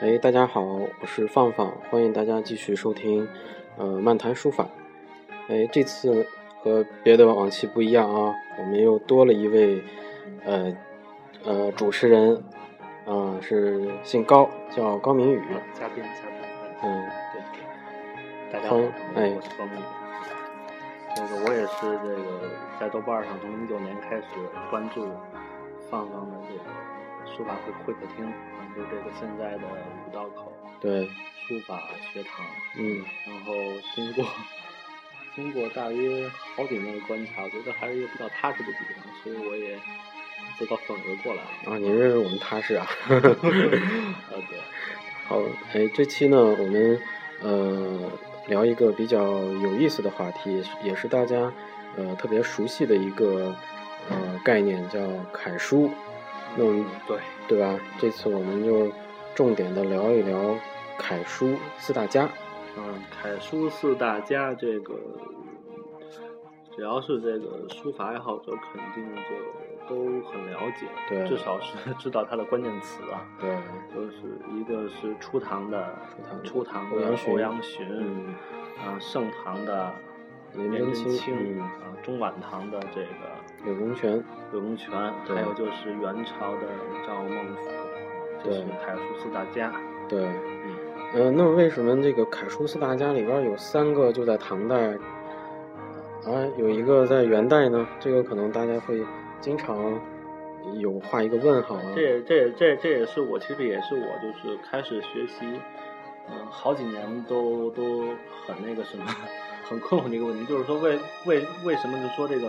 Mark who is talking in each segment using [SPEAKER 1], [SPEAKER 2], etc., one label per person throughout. [SPEAKER 1] 哎，大家好，我是放放，欢迎大家继续收听，呃，漫谈书法。哎，这次和别的往期不一样啊，我们又多了一位，呃，呃，主持人，啊、是姓高，叫高明宇。
[SPEAKER 2] 嘉宾，嘉宾，
[SPEAKER 1] 嗯，
[SPEAKER 2] 对，大家好，
[SPEAKER 1] 欢迎哎
[SPEAKER 2] 我是高木。那个我也是这个在豆瓣上从一九年开始关注放放的这个书法会会客厅，然后就这个现在的五道口
[SPEAKER 1] 对，
[SPEAKER 2] 书法学堂，
[SPEAKER 1] 嗯，
[SPEAKER 2] 然后经过经过大约好几年的观察，我觉得还是一个比较踏实的地方，所以我也自告奋勇地过来了。
[SPEAKER 1] 啊，你认为我们踏实啊？
[SPEAKER 2] 呃，对，
[SPEAKER 1] 好，哎，这期呢，我们呃聊一个比较有意思的话题，也是大家呃特别熟悉的一个呃概念，叫砍书，那我们
[SPEAKER 2] 嗯对，
[SPEAKER 1] 对吧？这次我们就重点的聊一聊砍书四大家。
[SPEAKER 2] 嗯，楷书四大家这个，只要是这个书法爱好者，肯定就都很了解，
[SPEAKER 1] 对
[SPEAKER 2] 至少是知道它的关键词啊。
[SPEAKER 1] 对，
[SPEAKER 2] 就是一个是初唐的
[SPEAKER 1] 初唐的
[SPEAKER 2] 初唐
[SPEAKER 1] 欧
[SPEAKER 2] 的
[SPEAKER 1] 阳询
[SPEAKER 2] 欧阳询，
[SPEAKER 1] 嗯，
[SPEAKER 2] 啊盛唐的
[SPEAKER 1] 颜
[SPEAKER 2] 颜
[SPEAKER 1] 真
[SPEAKER 2] 真
[SPEAKER 1] 卿嗯
[SPEAKER 2] 啊中晚唐的这个
[SPEAKER 1] 柳公权，
[SPEAKER 2] 柳公权，
[SPEAKER 1] 对
[SPEAKER 2] 还有就是元朝的赵孟俯，这
[SPEAKER 1] 对
[SPEAKER 2] 是楷书四大家。
[SPEAKER 1] 对，
[SPEAKER 2] 嗯，
[SPEAKER 1] 嗯、呃，那为什么这个砍书四大家里边有三个就在唐代，啊，有一个在元代呢？这个可能大家会经常有画一个问号啊。
[SPEAKER 2] 这也这也这也这也是我其实也是我就是开始学习，嗯、好几年都都很那个什么，很困惑的一个问题，就是说为为为什么就说这个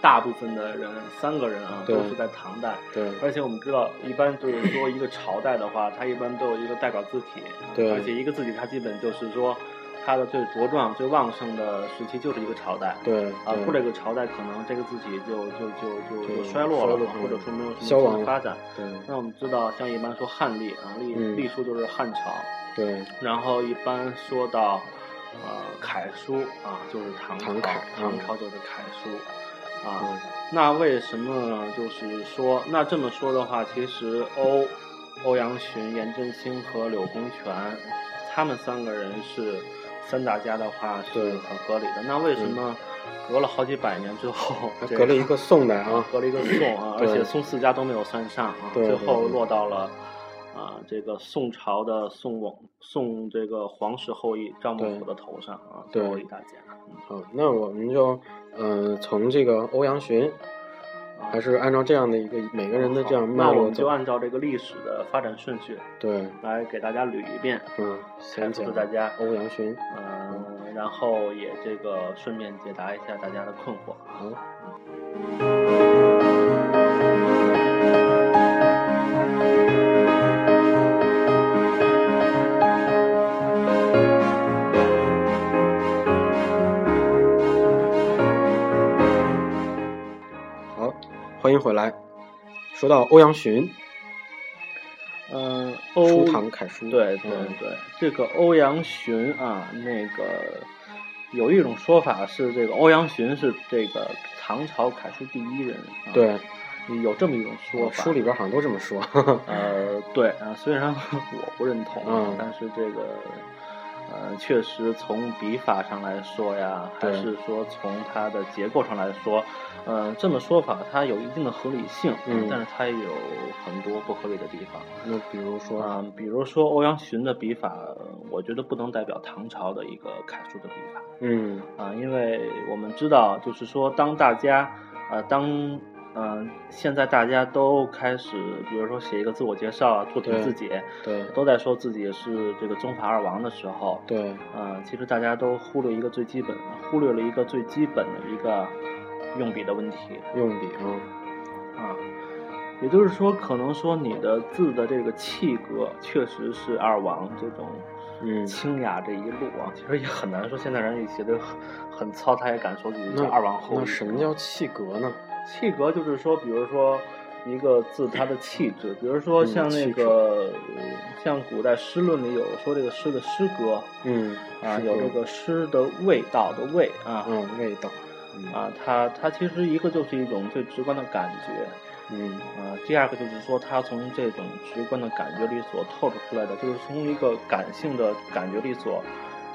[SPEAKER 2] 大部分的人三个人啊
[SPEAKER 1] 对
[SPEAKER 2] 都是在唐代，
[SPEAKER 1] 对
[SPEAKER 2] 而且我们知道一般就是说一个朝代的话，它一般都有一个代表字体，
[SPEAKER 1] 对
[SPEAKER 2] 而且一个字体它基本就是说它的最茁壮最旺盛的时期就是一个朝代。
[SPEAKER 1] 对
[SPEAKER 2] 啊，
[SPEAKER 1] 对
[SPEAKER 2] 过了一个朝代，可能这个字体就就就就
[SPEAKER 1] 就
[SPEAKER 2] 就衰落
[SPEAKER 1] 衰
[SPEAKER 2] 了
[SPEAKER 1] 落，
[SPEAKER 2] 或者说没有什么
[SPEAKER 1] 消
[SPEAKER 2] 新的
[SPEAKER 1] 亡了
[SPEAKER 2] 发展。
[SPEAKER 1] 对
[SPEAKER 2] 那我们知道，像一般说汉历啊，历
[SPEAKER 1] 嗯
[SPEAKER 2] 历书就是汉朝，
[SPEAKER 1] 对
[SPEAKER 2] 然后一般说到呃楷书啊，就是唐朝，
[SPEAKER 1] 唐楷
[SPEAKER 2] 唐
[SPEAKER 1] 嗯
[SPEAKER 2] 朝就是楷书啊。
[SPEAKER 1] 嗯
[SPEAKER 2] 那为什么就是说，那这么说的话，其实欧欧阳询、颜真卿和柳公权，他们三个人是三大家的话是
[SPEAKER 1] 对
[SPEAKER 2] 很合理的。那为什么隔了好几百年之后，
[SPEAKER 1] 还
[SPEAKER 2] 这
[SPEAKER 1] 隔了一个宋代啊
[SPEAKER 2] 隔了一个 宋啊，而
[SPEAKER 1] 对
[SPEAKER 2] 且宋四家都没有算上啊，
[SPEAKER 1] 对
[SPEAKER 2] 最后
[SPEAKER 1] 对对
[SPEAKER 2] 落到了啊、这个宋朝的宋王宋这个皇室后裔赵孟俯的头上啊，嗯
[SPEAKER 1] 对
[SPEAKER 2] 最后一大家。
[SPEAKER 1] 好，那我们就呃从这个欧阳询，
[SPEAKER 2] 啊
[SPEAKER 1] 还是按照这样的一个每个人的这样
[SPEAKER 2] 好
[SPEAKER 1] 脉
[SPEAKER 2] 那我
[SPEAKER 1] 络
[SPEAKER 2] 们就
[SPEAKER 1] 走。
[SPEAKER 2] 按照这个历史的发展顺序
[SPEAKER 1] 对，
[SPEAKER 2] 来给大家捋一遍，
[SPEAKER 1] 嗯，
[SPEAKER 2] 阐
[SPEAKER 1] 先
[SPEAKER 2] 述
[SPEAKER 1] 讲
[SPEAKER 2] 大家，
[SPEAKER 1] 欧阳询。
[SPEAKER 2] 嗯，然后也这个顺便解答一下大家的困惑。
[SPEAKER 1] 好，好，欢迎回来。说到欧阳询，
[SPEAKER 2] 嗯，
[SPEAKER 1] 初
[SPEAKER 2] 欧
[SPEAKER 1] 唐楷书，
[SPEAKER 2] 对对
[SPEAKER 1] 嗯
[SPEAKER 2] 对，这个欧阳询啊，那个有一种说法是，这个欧阳询是这个唐朝楷书第一人、啊，
[SPEAKER 1] 对，哦
[SPEAKER 2] 有这么一种说法。
[SPEAKER 1] 书里边好像都这么说。
[SPEAKER 2] 呃，对啊，虽然 我不认同，啊
[SPEAKER 1] 嗯
[SPEAKER 2] 但是这个呃，确实从笔法上来说呀，还
[SPEAKER 1] 对
[SPEAKER 2] 是说从它的结构上来说，呃，这么说法它有一定的合理性，
[SPEAKER 1] 嗯
[SPEAKER 2] 但是它也有很多不合理的地方。
[SPEAKER 1] 那比如说，
[SPEAKER 2] 嗯，比如说欧阳询的笔法，我觉得不能代表唐朝的一个楷书的笔法
[SPEAKER 1] 嗯，
[SPEAKER 2] 啊、因为我们知道，就是说，当大家，呃，当，嗯、现在大家都开始，比如说写一个自我介绍啊，作品
[SPEAKER 1] 对
[SPEAKER 2] 自己，
[SPEAKER 1] 对
[SPEAKER 2] 都在说自己是这个中法二王的时候，
[SPEAKER 1] 对
[SPEAKER 2] 呃，其实大家都忽略一个最基本，忽略了一个最基本的一个用笔的问题，
[SPEAKER 1] 用笔啊，
[SPEAKER 2] 啊，也就是说，可能说你的字的这个气格确实是二王这种
[SPEAKER 1] 嗯，
[SPEAKER 2] 清雅这一路啊，其实也很难说现在人也写的很很糙，他也敢说自己是
[SPEAKER 1] 那
[SPEAKER 2] 二王后
[SPEAKER 1] 那
[SPEAKER 2] 裔啊
[SPEAKER 1] 什么叫气格呢？
[SPEAKER 2] 气格？就是说，比如说。一个字，它的气质，比如说
[SPEAKER 1] 嗯
[SPEAKER 2] 像那
[SPEAKER 1] 气质
[SPEAKER 2] 个，像古代诗论里有说这个诗的诗歌
[SPEAKER 1] 嗯
[SPEAKER 2] 啊，
[SPEAKER 1] 是
[SPEAKER 2] 有这个诗的味道的味啊
[SPEAKER 1] 嗯味道，嗯
[SPEAKER 2] 啊，它它其实一个就是一种最直观的感觉，
[SPEAKER 1] 嗯
[SPEAKER 2] 呃，第二个就是说，他从这种直观的感觉力所透露出来的，就是从一个感性的感觉力所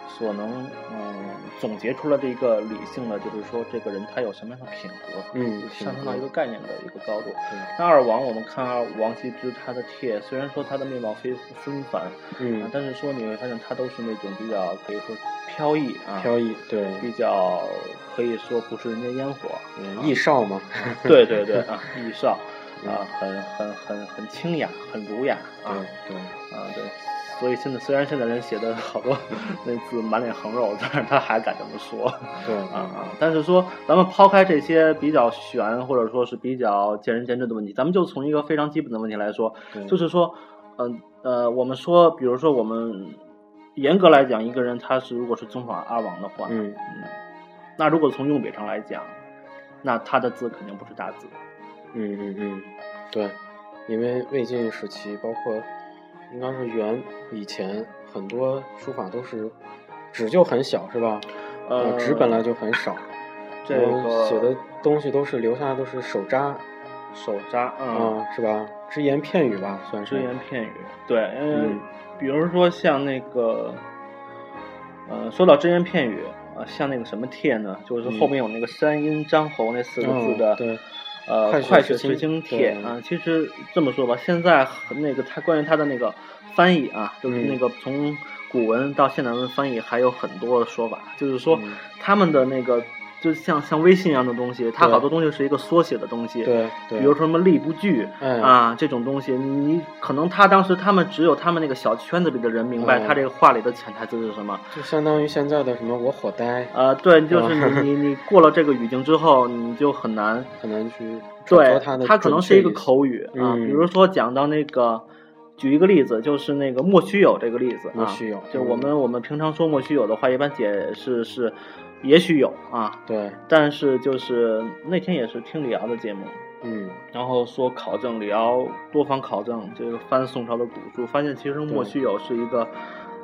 [SPEAKER 2] 所能嗯总结出来的一个理性的，就是说这个人他有什么样的品格，
[SPEAKER 1] 嗯
[SPEAKER 2] 就是
[SPEAKER 1] 品
[SPEAKER 2] 上升到
[SPEAKER 1] 格
[SPEAKER 2] 一个概念的一个高度。
[SPEAKER 1] 对
[SPEAKER 2] 那二王，我们看二王羲之他的帖，虽然说他的面貌非纷繁，啊
[SPEAKER 1] 嗯，
[SPEAKER 2] 但是说你会发现他都是那种比较可以说飘逸啊，
[SPEAKER 1] 飘逸，对，
[SPEAKER 2] 比较可以说不食人间烟火，
[SPEAKER 1] 嗯逸少嘛，
[SPEAKER 2] 对对对啊，易少
[SPEAKER 1] 嗯
[SPEAKER 2] 啊，很很很很清雅，很儒雅啊
[SPEAKER 1] 对对，
[SPEAKER 2] 啊对，所以现在虽然现在人写的好多那字满脸横肉，但是他还敢这么说
[SPEAKER 1] 对
[SPEAKER 2] 啊
[SPEAKER 1] 嗯
[SPEAKER 2] 啊！但是说咱们抛开这些比较玄或者说是比较见仁见智的问题，咱们就从一个非常基本的问题来说，
[SPEAKER 1] 对
[SPEAKER 2] 就是说，嗯呃我们说，比如说我们严格来讲，一个人他是如果是宗法二王的话，
[SPEAKER 1] 嗯
[SPEAKER 2] 那如果从用笔上来讲，那他的字肯定不是大字。
[SPEAKER 1] 嗯嗯嗯，对，因为魏晋时期，包括应该是元以前，很多书法都是纸就很小，是吧？
[SPEAKER 2] 呃，
[SPEAKER 1] 纸本来就很少，
[SPEAKER 2] 这
[SPEAKER 1] 然后
[SPEAKER 2] 个
[SPEAKER 1] 写的东西都是留下的都是手札
[SPEAKER 2] 手札
[SPEAKER 1] 啊、
[SPEAKER 2] 啊，
[SPEAKER 1] 是吧？只言片语吧，算是。
[SPEAKER 2] 只言片语。对，嗯
[SPEAKER 1] 嗯，
[SPEAKER 2] 比如说像那个，呃，说到只言片语啊，像那个什么帖呢，就是
[SPEAKER 1] 嗯
[SPEAKER 2] 后面有那个山阴张侯那四个字
[SPEAKER 1] 嗯
[SPEAKER 2] 的，
[SPEAKER 1] 对，
[SPEAKER 2] 呃，
[SPEAKER 1] 快
[SPEAKER 2] 快
[SPEAKER 1] 雪
[SPEAKER 2] 雪
[SPEAKER 1] 时
[SPEAKER 2] 时
[SPEAKER 1] 晴
[SPEAKER 2] 晴帖
[SPEAKER 1] 对
[SPEAKER 2] 啊，其实这么说吧，现在和那个它关于它的那个翻译啊，就是
[SPEAKER 1] 嗯
[SPEAKER 2] 那个从古文到现代文翻译还有很多的说法，就是说
[SPEAKER 1] 嗯
[SPEAKER 2] 他们的那个就像像微信一样的东西，它
[SPEAKER 1] 对
[SPEAKER 2] 好多东西是一个缩写的东西，
[SPEAKER 1] 对对，
[SPEAKER 2] 比如说什么吏部剧
[SPEAKER 1] 哎，
[SPEAKER 2] 啊这种东西，你你可能他当时他们只有他们那个小圈子里的人明白
[SPEAKER 1] 嗯
[SPEAKER 2] 他这个话里的潜台词是什么。
[SPEAKER 1] 就相当于现在的什么我火呆，
[SPEAKER 2] 呃，对，就是
[SPEAKER 1] 嗯
[SPEAKER 2] 你你你过了这个语境之后，你就很难
[SPEAKER 1] 很难去
[SPEAKER 2] 对，
[SPEAKER 1] 它的
[SPEAKER 2] 可能
[SPEAKER 1] 准
[SPEAKER 2] 是
[SPEAKER 1] 确
[SPEAKER 2] 一个
[SPEAKER 1] 意思
[SPEAKER 2] 口语、啊，
[SPEAKER 1] 嗯
[SPEAKER 2] 比如说讲到那个，举一个例子，就是那个莫须有这个例子啊，
[SPEAKER 1] 莫须有
[SPEAKER 2] 就
[SPEAKER 1] 嗯
[SPEAKER 2] 我们、我们平常说莫须有的话，一般解释是也许有啊，
[SPEAKER 1] 对，
[SPEAKER 2] 但是就是那天也是听李敖的节目，
[SPEAKER 1] 嗯，
[SPEAKER 2] 然后说考证李敖多方考证，这个翻宋朝的古书，发现其实莫
[SPEAKER 1] 对
[SPEAKER 2] 须有是一个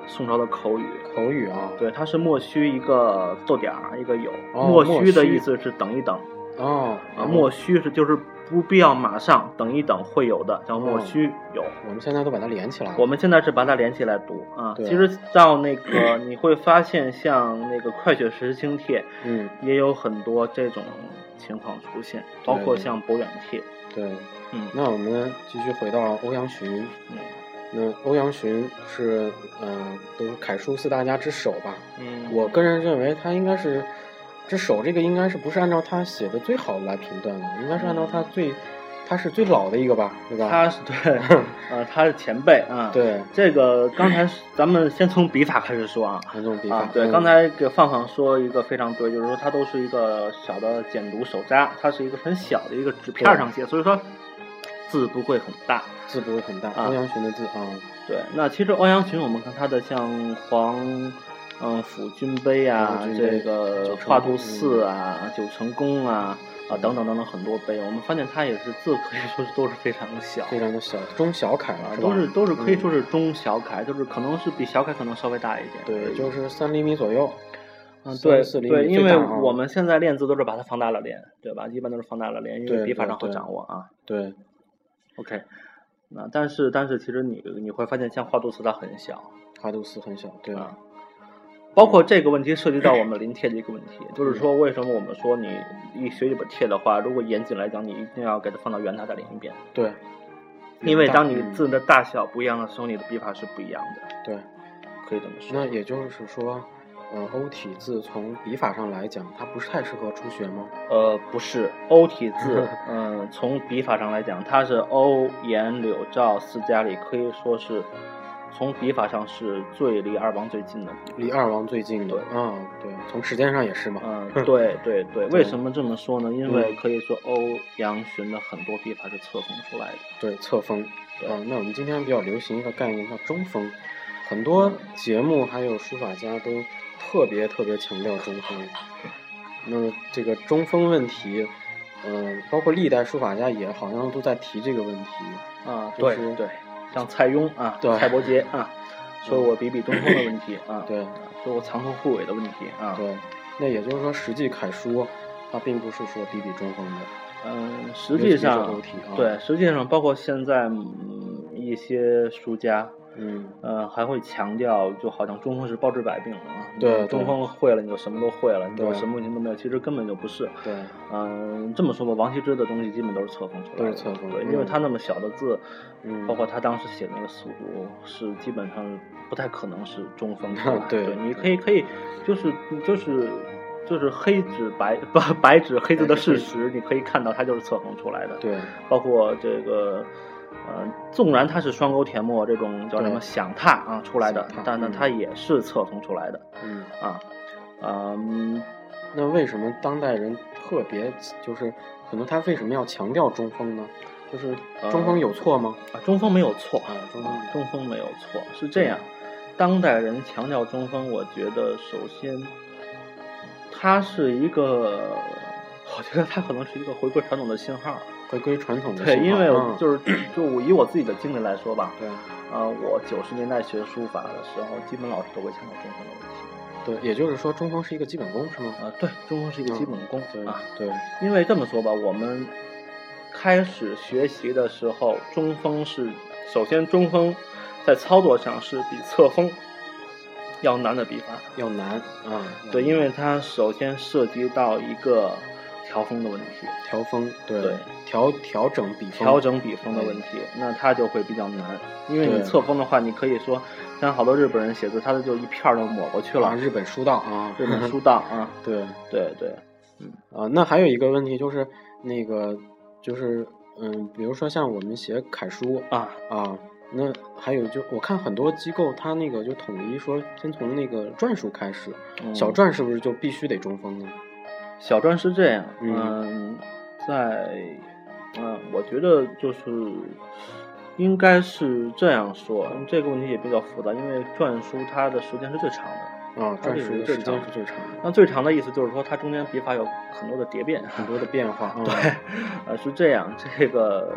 [SPEAKER 2] 宋朝的口语。
[SPEAKER 1] 口语啊，
[SPEAKER 2] 对，它是莫须一个逗点儿，一个有。
[SPEAKER 1] 哦
[SPEAKER 2] 莫
[SPEAKER 1] 莫
[SPEAKER 2] 须的
[SPEAKER 1] 须
[SPEAKER 2] 意思是等一等，
[SPEAKER 1] 哦，
[SPEAKER 2] 啊，莫须是就是不必要马上等一等会有的，叫
[SPEAKER 1] 哦
[SPEAKER 2] 莫须有。
[SPEAKER 1] 我们现在都把它连起来了，
[SPEAKER 2] 我们现在是把它连起来读啊。
[SPEAKER 1] 对
[SPEAKER 2] 其实到那个你会发现，像那个《快雪时晴帖
[SPEAKER 1] 嗯，》
[SPEAKER 2] 也有很多这种情况出现，包括像《博远帖》。
[SPEAKER 1] 对，
[SPEAKER 2] 嗯
[SPEAKER 1] 那我们继续回到欧阳询，
[SPEAKER 2] 嗯
[SPEAKER 1] 那欧阳询是呃，都是楷书四大家之首吧？
[SPEAKER 2] 嗯，
[SPEAKER 1] 我个人认为他应该是之首，这个应该是不是按照他写的最好的来评断的？应该是按照他最，他是最老的一个吧，对吧？
[SPEAKER 2] 他是 对，呃，他是前辈啊。，
[SPEAKER 1] 对，
[SPEAKER 2] 这个刚才是咱们先从笔法开始说啊。
[SPEAKER 1] 韩仲笔法
[SPEAKER 2] 啊，，对，
[SPEAKER 1] 嗯
[SPEAKER 2] 刚才给范范说一个非常对，就是说它都是一个小的简牍手札，它是一个很小的一个纸片儿上写，所以说字不会很大。
[SPEAKER 1] 字不会很大，
[SPEAKER 2] 啊
[SPEAKER 1] 欧阳询的字啊，
[SPEAKER 2] 对，那其实欧阳询，我们看他的像黄，嗯，府君碑啊
[SPEAKER 1] 黄，君
[SPEAKER 2] 这
[SPEAKER 1] 碑九
[SPEAKER 2] 个
[SPEAKER 1] 成嗯
[SPEAKER 2] 华佗
[SPEAKER 1] 宫
[SPEAKER 2] 寺啊，九成宫啊，啊等等等等很多碑，我们发现它也是字可以说是都是非常的小。
[SPEAKER 1] 非常的小，中小楷了，
[SPEAKER 2] 啊，
[SPEAKER 1] 是吧？
[SPEAKER 2] 都是都是可以
[SPEAKER 1] 嗯
[SPEAKER 2] 说是中小楷，就是可能是比小楷可能稍微大一点而已。
[SPEAKER 1] 对，就是三厘米左右。
[SPEAKER 2] 嗯，
[SPEAKER 1] 三
[SPEAKER 2] 对
[SPEAKER 1] 四厘
[SPEAKER 2] 对，
[SPEAKER 1] 米
[SPEAKER 2] 因
[SPEAKER 1] 最
[SPEAKER 2] 为
[SPEAKER 1] 大啊
[SPEAKER 2] 我们现在练字都是把它放大了练，对吧？一般都是放大了练，因
[SPEAKER 1] 对
[SPEAKER 2] 为笔法
[SPEAKER 1] 对
[SPEAKER 2] 上会
[SPEAKER 1] 对
[SPEAKER 2] 掌握啊。
[SPEAKER 1] 对，
[SPEAKER 2] OK，那但是但是其实你你会发现，像画肚词它很小
[SPEAKER 1] 哈杜斯很小，对，
[SPEAKER 2] 啊。包括这个问题涉及到我们临帖的一个问题，就是说为什么我们说你一学一本帖的话，如果严谨来讲，你一定要给它放到原大再连一遍，
[SPEAKER 1] 对，
[SPEAKER 2] 因为
[SPEAKER 1] 嗯大
[SPEAKER 2] 当你
[SPEAKER 1] 嗯
[SPEAKER 2] 字的大小不一样的时候，你的笔法是不一样的，
[SPEAKER 1] 对，
[SPEAKER 2] 可以这么说。
[SPEAKER 1] 那也就是说，呃，欧体字从笔法上来讲，它不是太适合初学吗？
[SPEAKER 2] 呃，不是欧体 字，嗯，从笔法上来讲，它是欧颜柳赵四家里可以说是从笔法上是最离二王最近的。
[SPEAKER 1] 离二王最近的
[SPEAKER 2] 对
[SPEAKER 1] 啊、对，从时间上也是嘛。
[SPEAKER 2] 嗯，对对对，为
[SPEAKER 1] 对
[SPEAKER 2] 什么这么说呢？因为
[SPEAKER 1] 嗯
[SPEAKER 2] 可以说欧阳询的很多笔法是侧锋出来的。
[SPEAKER 1] 对，册封。
[SPEAKER 2] 对
[SPEAKER 1] 啊，那我们今天比较流行一个概念叫中锋，很多节目还有书法家都特别特别强调中锋。那么这个中锋问题，嗯、包括历代书法家也好像都在提这个问题。
[SPEAKER 2] 啊，
[SPEAKER 1] 就
[SPEAKER 2] 对
[SPEAKER 1] 是
[SPEAKER 2] 对，像蔡邕啊
[SPEAKER 1] 对，
[SPEAKER 2] 蔡伯 杰啊，说我比比东风的问题啊，
[SPEAKER 1] 对
[SPEAKER 2] 说我藏头护尾的问题啊，
[SPEAKER 1] 对，那也就是说，实际楷书它并不是说比比中锋的。
[SPEAKER 2] 嗯，实
[SPEAKER 1] 没
[SPEAKER 2] 际
[SPEAKER 1] 什么
[SPEAKER 2] 上
[SPEAKER 1] 问题啊
[SPEAKER 2] 对，实际上包括现在、嗯、一些书家，
[SPEAKER 1] 嗯，
[SPEAKER 2] 呃，还会强调，就好像中风是包治百病啊，
[SPEAKER 1] 对
[SPEAKER 2] 你中
[SPEAKER 1] 对
[SPEAKER 2] 风会了你就什么都会了，你就
[SPEAKER 1] 对
[SPEAKER 2] 什么问题都没有，其实根本就不是。
[SPEAKER 1] 对，
[SPEAKER 2] 嗯、这么说吧，王羲之的东西基本都是册封出来的，
[SPEAKER 1] 都是册封
[SPEAKER 2] 对，
[SPEAKER 1] 嗯
[SPEAKER 2] 因为他那么小的字，
[SPEAKER 1] 嗯
[SPEAKER 2] 包括他当时写那个速度，是基本上不太可能是中 风出来的。
[SPEAKER 1] 对
[SPEAKER 2] 你可以可以，就是就是。就是黑纸白 白白纸黑字的
[SPEAKER 1] 白纸黑
[SPEAKER 2] 事实，你可以看到它就是册封出来的。
[SPEAKER 1] 对，
[SPEAKER 2] 包括这个，呃，纵然它是双钩填墨这种叫什
[SPEAKER 1] 对
[SPEAKER 2] 么响拓啊出来的
[SPEAKER 1] 响拓，
[SPEAKER 2] 但呢
[SPEAKER 1] 嗯
[SPEAKER 2] 它也是册封出来的
[SPEAKER 1] 嗯，
[SPEAKER 2] 啊，嗯，
[SPEAKER 1] 那为什么当代人特别就是可能他为什么要强调中锋呢？就是
[SPEAKER 2] 呃
[SPEAKER 1] 中锋有错吗？
[SPEAKER 2] 啊中锋没有错
[SPEAKER 1] 啊中锋
[SPEAKER 2] 啊中锋没有错，是这样，当代人强调中锋，我觉得首先，它是一个，我觉得它可能是一个回归传统的信号，
[SPEAKER 1] 回归传统的
[SPEAKER 2] 对，
[SPEAKER 1] 信
[SPEAKER 2] 因
[SPEAKER 1] 号
[SPEAKER 2] 为我
[SPEAKER 1] 嗯
[SPEAKER 2] 就是就我以我自己的经历来说吧，
[SPEAKER 1] 对
[SPEAKER 2] 呃，我九十年代学书法的时候，基本老师都会强调中锋的问题。
[SPEAKER 1] 对，也就是说中锋是一个基本功是吗？
[SPEAKER 2] 啊，对，中锋是一个基本功、
[SPEAKER 1] 嗯对
[SPEAKER 2] 啊。
[SPEAKER 1] 对
[SPEAKER 2] 因为这么说吧，我们开始学习的时候，中锋是首先中锋在操作上是比侧锋要难的笔法，
[SPEAKER 1] 要难啊，
[SPEAKER 2] 对，
[SPEAKER 1] 为
[SPEAKER 2] 因为它首先涉及到一个调锋的问题，
[SPEAKER 1] 调锋
[SPEAKER 2] 对
[SPEAKER 1] 调调整笔锋
[SPEAKER 2] 调整笔锋的问题，那它就会比较难。因为你
[SPEAKER 1] 嗯对
[SPEAKER 2] 侧锋的话，你可以说像好多日本人写字，他的就一片儿就抹过去了，
[SPEAKER 1] 啊，日本书道啊，
[SPEAKER 2] 日本书道 啊，
[SPEAKER 1] 对。
[SPEAKER 2] 对对。
[SPEAKER 1] 啊，那还有一个问题就是，那个就是，嗯，比如说像我们写楷书
[SPEAKER 2] 啊，
[SPEAKER 1] 啊，那还有就我看很多机构，它那个就统一说，先从那个篆书开始，
[SPEAKER 2] 嗯
[SPEAKER 1] 小篆是不是就必须得中锋呢？
[SPEAKER 2] 小篆是这样，
[SPEAKER 1] 嗯
[SPEAKER 2] 嗯，在嗯，我觉得就是应该是这样说，这个问题也比较复杂，因为篆书它的时间是最长的。
[SPEAKER 1] 啊，
[SPEAKER 2] 它
[SPEAKER 1] 篆
[SPEAKER 2] 这
[SPEAKER 1] 书
[SPEAKER 2] 个
[SPEAKER 1] 的
[SPEAKER 2] 最
[SPEAKER 1] 时
[SPEAKER 2] 长
[SPEAKER 1] 间是最长的，
[SPEAKER 2] 那最长的意思就是说，它中间笔法有很多的蝶变。
[SPEAKER 1] 很多的变化啊。
[SPEAKER 2] 对，呃，是这样，这个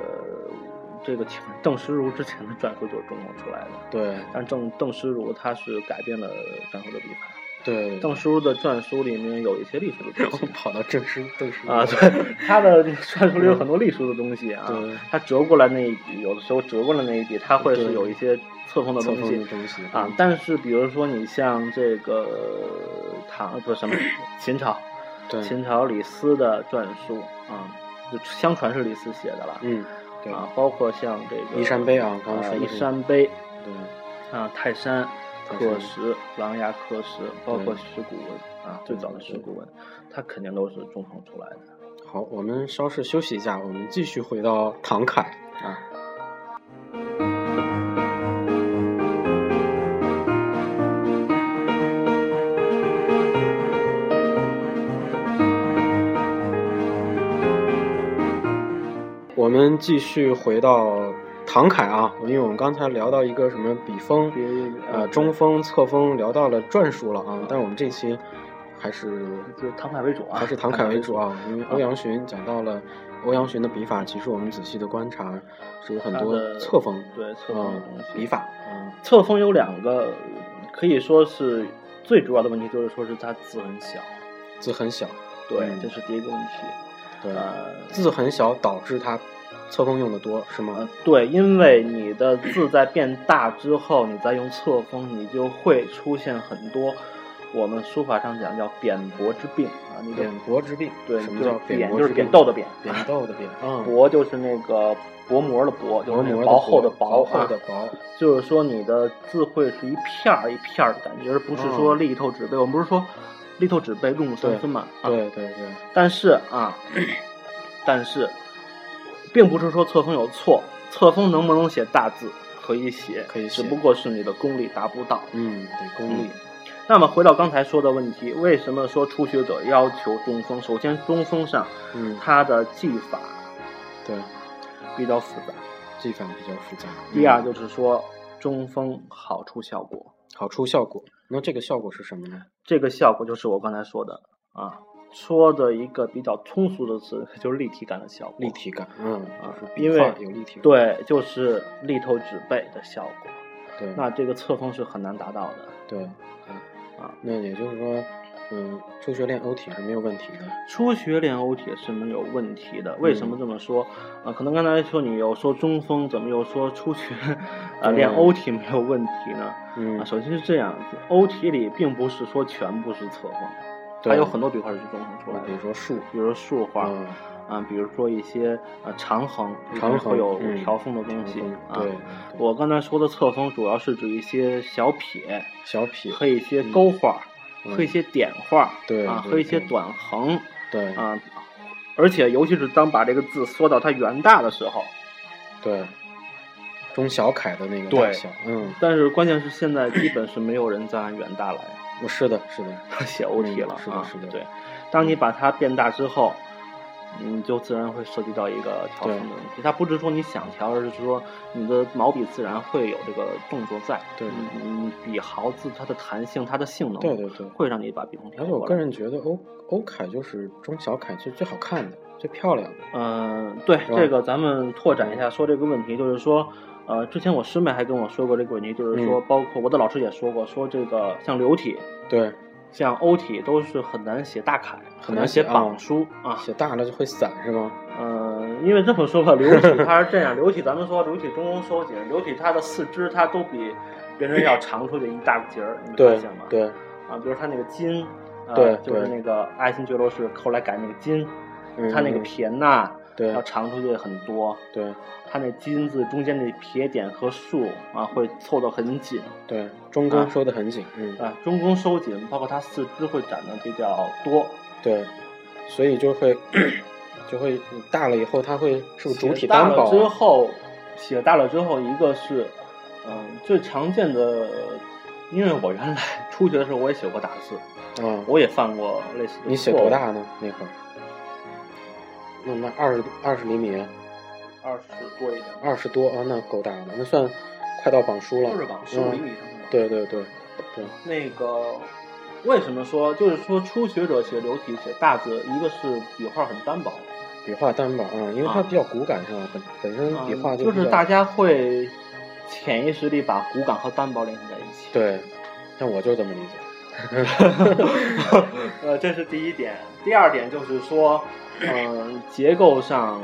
[SPEAKER 2] 这个邓石如之前的篆书就是中国出来的，
[SPEAKER 1] 对
[SPEAKER 2] 但邓邓石如他是改变了篆书的笔法。
[SPEAKER 1] 对。
[SPEAKER 2] 邓石如的篆书里面有一些隶书的东西
[SPEAKER 1] 跑到正书正书
[SPEAKER 2] 啊，对， 他的篆书里有很多隶书的东西啊，
[SPEAKER 1] 嗯对
[SPEAKER 2] 他折过来那一笔，有的时候折过来那一笔，它会是
[SPEAKER 1] 对
[SPEAKER 2] 有一些侧锋的
[SPEAKER 1] 侧
[SPEAKER 2] 东
[SPEAKER 1] 锋
[SPEAKER 2] 西
[SPEAKER 1] 的东西
[SPEAKER 2] 啊。但是比如说你像这个唐不是什么秦朝，
[SPEAKER 1] 对，
[SPEAKER 2] 秦朝李斯的篆书啊，就相传是李斯写的了、
[SPEAKER 1] 嗯对，
[SPEAKER 2] 啊，包括像这个
[SPEAKER 1] 移山杯啊，刚刚
[SPEAKER 2] 啊
[SPEAKER 1] 说
[SPEAKER 2] 一
[SPEAKER 1] 的是
[SPEAKER 2] 山碑
[SPEAKER 1] 对
[SPEAKER 2] 啊，泰山。
[SPEAKER 1] 泰
[SPEAKER 2] 刻
[SPEAKER 1] 山
[SPEAKER 2] 石、琅琊刻石，包括
[SPEAKER 1] 对
[SPEAKER 2] 石鼓文啊，最
[SPEAKER 1] 对
[SPEAKER 2] 早的
[SPEAKER 1] 对
[SPEAKER 2] 石
[SPEAKER 1] 对
[SPEAKER 2] 鼓文，它肯定都是中行出来的。
[SPEAKER 1] 好，我们稍事休息一下，我们继续回到唐凯啊。我们继续回到唐凯啊，因为我们刚才聊到一个什么笔锋，
[SPEAKER 2] 别
[SPEAKER 1] 呃，中锋、侧锋，聊到了篆书了啊，但是我们这期还是
[SPEAKER 2] 就是唐凯为主啊，
[SPEAKER 1] 还是唐凯为主啊，因为
[SPEAKER 2] 啊
[SPEAKER 1] 欧阳询讲到了欧阳询的笔法，其实我们仔细的观察是有很
[SPEAKER 2] 他
[SPEAKER 1] 多
[SPEAKER 2] 的
[SPEAKER 1] 侧锋，
[SPEAKER 2] 对侧锋的
[SPEAKER 1] 嗯
[SPEAKER 2] 东西，
[SPEAKER 1] 笔法，嗯，
[SPEAKER 2] 侧锋有两个，可以说是最主要的问题，就是说是它字很小，
[SPEAKER 1] 字很小，
[SPEAKER 2] 对，
[SPEAKER 1] 嗯
[SPEAKER 2] 这是第一个问题。
[SPEAKER 1] 对，
[SPEAKER 2] 呃，
[SPEAKER 1] 字很小导致他侧锋用的多是
[SPEAKER 2] 呃
[SPEAKER 1] 吗？
[SPEAKER 2] 对，因为你的字在变大之后，你再用侧锋，你就会出现很多我们书法上讲叫扁薄之病啊，你的
[SPEAKER 1] 扁薄之病，
[SPEAKER 2] 对
[SPEAKER 1] 什么叫
[SPEAKER 2] 就是
[SPEAKER 1] 扁
[SPEAKER 2] 扁
[SPEAKER 1] 薄
[SPEAKER 2] 就
[SPEAKER 1] 之
[SPEAKER 2] 是
[SPEAKER 1] 病？
[SPEAKER 2] 扁豆的扁
[SPEAKER 1] 扁豆的扁，嗯，
[SPEAKER 2] 薄就是那个薄膜的薄，就是
[SPEAKER 1] 薄
[SPEAKER 2] 那
[SPEAKER 1] 膜的
[SPEAKER 2] 个薄厚的
[SPEAKER 1] 薄
[SPEAKER 2] 啊
[SPEAKER 1] 厚的薄，
[SPEAKER 2] 就是说你的字会是一片儿一片儿的感觉，而不是说
[SPEAKER 1] 嗯
[SPEAKER 2] 力透纸背。我们不是说力透纸背入木三分嘛？啊，
[SPEAKER 1] 对对对，
[SPEAKER 2] 但是啊，但是，并不是说册封有错，册封能不能写大字可以写，
[SPEAKER 1] 可以写
[SPEAKER 2] 只不过是你的功力达不到。
[SPEAKER 1] 嗯，得功力，
[SPEAKER 2] 那么回到刚才说的问题，为什么说初学者要求中锋？首先，中锋上
[SPEAKER 1] 嗯，
[SPEAKER 2] 它的技法
[SPEAKER 1] 对，
[SPEAKER 2] 比较复杂；
[SPEAKER 1] 技法比较复杂。
[SPEAKER 2] 第二
[SPEAKER 1] 嗯
[SPEAKER 2] 就是说中锋好出效果。
[SPEAKER 1] 好出效果，那这个效果是什么呢？
[SPEAKER 2] 这个效果就是我刚才说的啊，说的一个比较通俗的词， 就是立体感的效果。
[SPEAKER 1] 立，体感，嗯，
[SPEAKER 2] 啊
[SPEAKER 1] 就是
[SPEAKER 2] 因
[SPEAKER 1] 笔
[SPEAKER 2] 为
[SPEAKER 1] 画有立体感，
[SPEAKER 2] 对，就是力透纸背的效果。
[SPEAKER 1] 对，
[SPEAKER 2] 那这个侧锋是很难达到的。
[SPEAKER 1] 对，
[SPEAKER 2] 啊
[SPEAKER 1] 那也就是说，嗯，初学练欧体是没有问题的。
[SPEAKER 2] 初学练欧铁是没有问题的。为
[SPEAKER 1] 嗯
[SPEAKER 2] 什么这么说？啊，可能刚才说你有说中锋，怎么又说初学啊练
[SPEAKER 1] 对
[SPEAKER 2] 欧体没有问题呢？啊，
[SPEAKER 1] 嗯，
[SPEAKER 2] 首先是这样，欧体里并不是说全部是侧锋，
[SPEAKER 1] 对
[SPEAKER 2] 还有很多笔画是中锋出来
[SPEAKER 1] 比如
[SPEAKER 2] 的，
[SPEAKER 1] 说树，
[SPEAKER 2] 比如竖画。
[SPEAKER 1] 嗯，
[SPEAKER 2] 啊，比如说一些呃长横，
[SPEAKER 1] 长
[SPEAKER 2] 会
[SPEAKER 1] 横
[SPEAKER 2] 有
[SPEAKER 1] 嗯
[SPEAKER 2] 调风的东西、
[SPEAKER 1] 嗯
[SPEAKER 2] 啊。
[SPEAKER 1] 对，
[SPEAKER 2] 我刚才说的侧锋主要是指一些小撇
[SPEAKER 1] 小撇，
[SPEAKER 2] 和一些勾画，
[SPEAKER 1] 嗯
[SPEAKER 2] 和一些点画，
[SPEAKER 1] 对
[SPEAKER 2] 啊，
[SPEAKER 1] 对
[SPEAKER 2] 和一些
[SPEAKER 1] 对
[SPEAKER 2] 短横
[SPEAKER 1] 对
[SPEAKER 2] 啊。而且，尤其是当把这个字缩到它原大的时候，
[SPEAKER 1] 对，中小楷的那个
[SPEAKER 2] 对
[SPEAKER 1] 大小，嗯，
[SPEAKER 2] 但是关键是现在基本是没有人再按原大来
[SPEAKER 1] 我是的，是的，
[SPEAKER 2] 写欧体
[SPEAKER 1] 嗯
[SPEAKER 2] 了、
[SPEAKER 1] 是的
[SPEAKER 2] 啊。
[SPEAKER 1] 是的嗯
[SPEAKER 2] 对，当你把它变大之后，你就自然会涉及到一个调整的问题。它不是说你想调，而是说你的毛笔自然会有这个动作在。
[SPEAKER 1] 对
[SPEAKER 2] 嗯嗯，笔毫字它的弹性、它的性能，
[SPEAKER 1] 对对对。
[SPEAKER 2] 会让你把笔锋调
[SPEAKER 1] 而且
[SPEAKER 2] 过
[SPEAKER 1] 我个
[SPEAKER 2] 来。
[SPEAKER 1] 人觉得欧欧楷就是中小楷最最好看的、最漂亮的。
[SPEAKER 2] 嗯，对
[SPEAKER 1] 是吧
[SPEAKER 2] 这个咱们拓展一下说这个问题，就是说，呃，之前我师妹还跟我说过这个问题，就是说，
[SPEAKER 1] 嗯
[SPEAKER 2] 包括我的老师也说过，说这个像流体、
[SPEAKER 1] 对，
[SPEAKER 2] 像欧体都是很难写大楷，
[SPEAKER 1] 很
[SPEAKER 2] 很
[SPEAKER 1] 难
[SPEAKER 2] 难写
[SPEAKER 1] 写啊
[SPEAKER 2] 榜书啊。
[SPEAKER 1] 写大了就会散是吗？
[SPEAKER 2] 嗯，因为这么说吧，流体它是这样，流体咱们说流体中庸收紧，流体它的四肢它都比别人要长出去一大截儿，你们发
[SPEAKER 1] 对
[SPEAKER 2] 现吗？
[SPEAKER 1] 对
[SPEAKER 2] 啊，比如它那个金，呃、
[SPEAKER 1] 对
[SPEAKER 2] 就是
[SPEAKER 1] 对
[SPEAKER 2] 那个爱新觉罗氏后来改那个金，
[SPEAKER 1] 嗯
[SPEAKER 2] 它那个
[SPEAKER 1] 嗯
[SPEAKER 2] 撇捺
[SPEAKER 1] 对
[SPEAKER 2] 要长出去很多，
[SPEAKER 1] 对
[SPEAKER 2] 它那金字中间那撇点和竖啊会凑得很紧
[SPEAKER 1] 对，中
[SPEAKER 2] 啊
[SPEAKER 1] 宫收的很紧，嗯，
[SPEAKER 2] 啊，中宫收紧，包括它四肢会展得比较多，
[SPEAKER 1] 对，所以就会就会你大了以后，它会是不是主体
[SPEAKER 2] 写大
[SPEAKER 1] 单
[SPEAKER 2] 了
[SPEAKER 1] 薄
[SPEAKER 2] 之
[SPEAKER 1] 啊？
[SPEAKER 2] 后，写大了之后，一个是，嗯、最常见的，因为我原来 初学的时候我也写过大字，
[SPEAKER 1] 啊，
[SPEAKER 2] 我也犯过类似的错误。
[SPEAKER 1] 你写多大呢？那会儿，那那二十二十厘米，
[SPEAKER 2] 二十多一点，
[SPEAKER 1] 二十多啊，那够大了，那算快到榜书了，
[SPEAKER 2] 就是往十五厘
[SPEAKER 1] 嗯。
[SPEAKER 2] 米上的。
[SPEAKER 1] 对对对对，
[SPEAKER 2] 那个为什么说就是说初学者写流体写大字，一个是笔画很单薄，
[SPEAKER 1] 笔画单薄啊，因为它比较骨感是吧？本本身笔画
[SPEAKER 2] 嗯
[SPEAKER 1] 比
[SPEAKER 2] 就
[SPEAKER 1] 较
[SPEAKER 2] 是大家会潜意识里把骨感和单薄联系在一起。
[SPEAKER 1] 对，像我就这么理解。
[SPEAKER 2] 呃，这是第一点。第二点就是说，嗯、结构上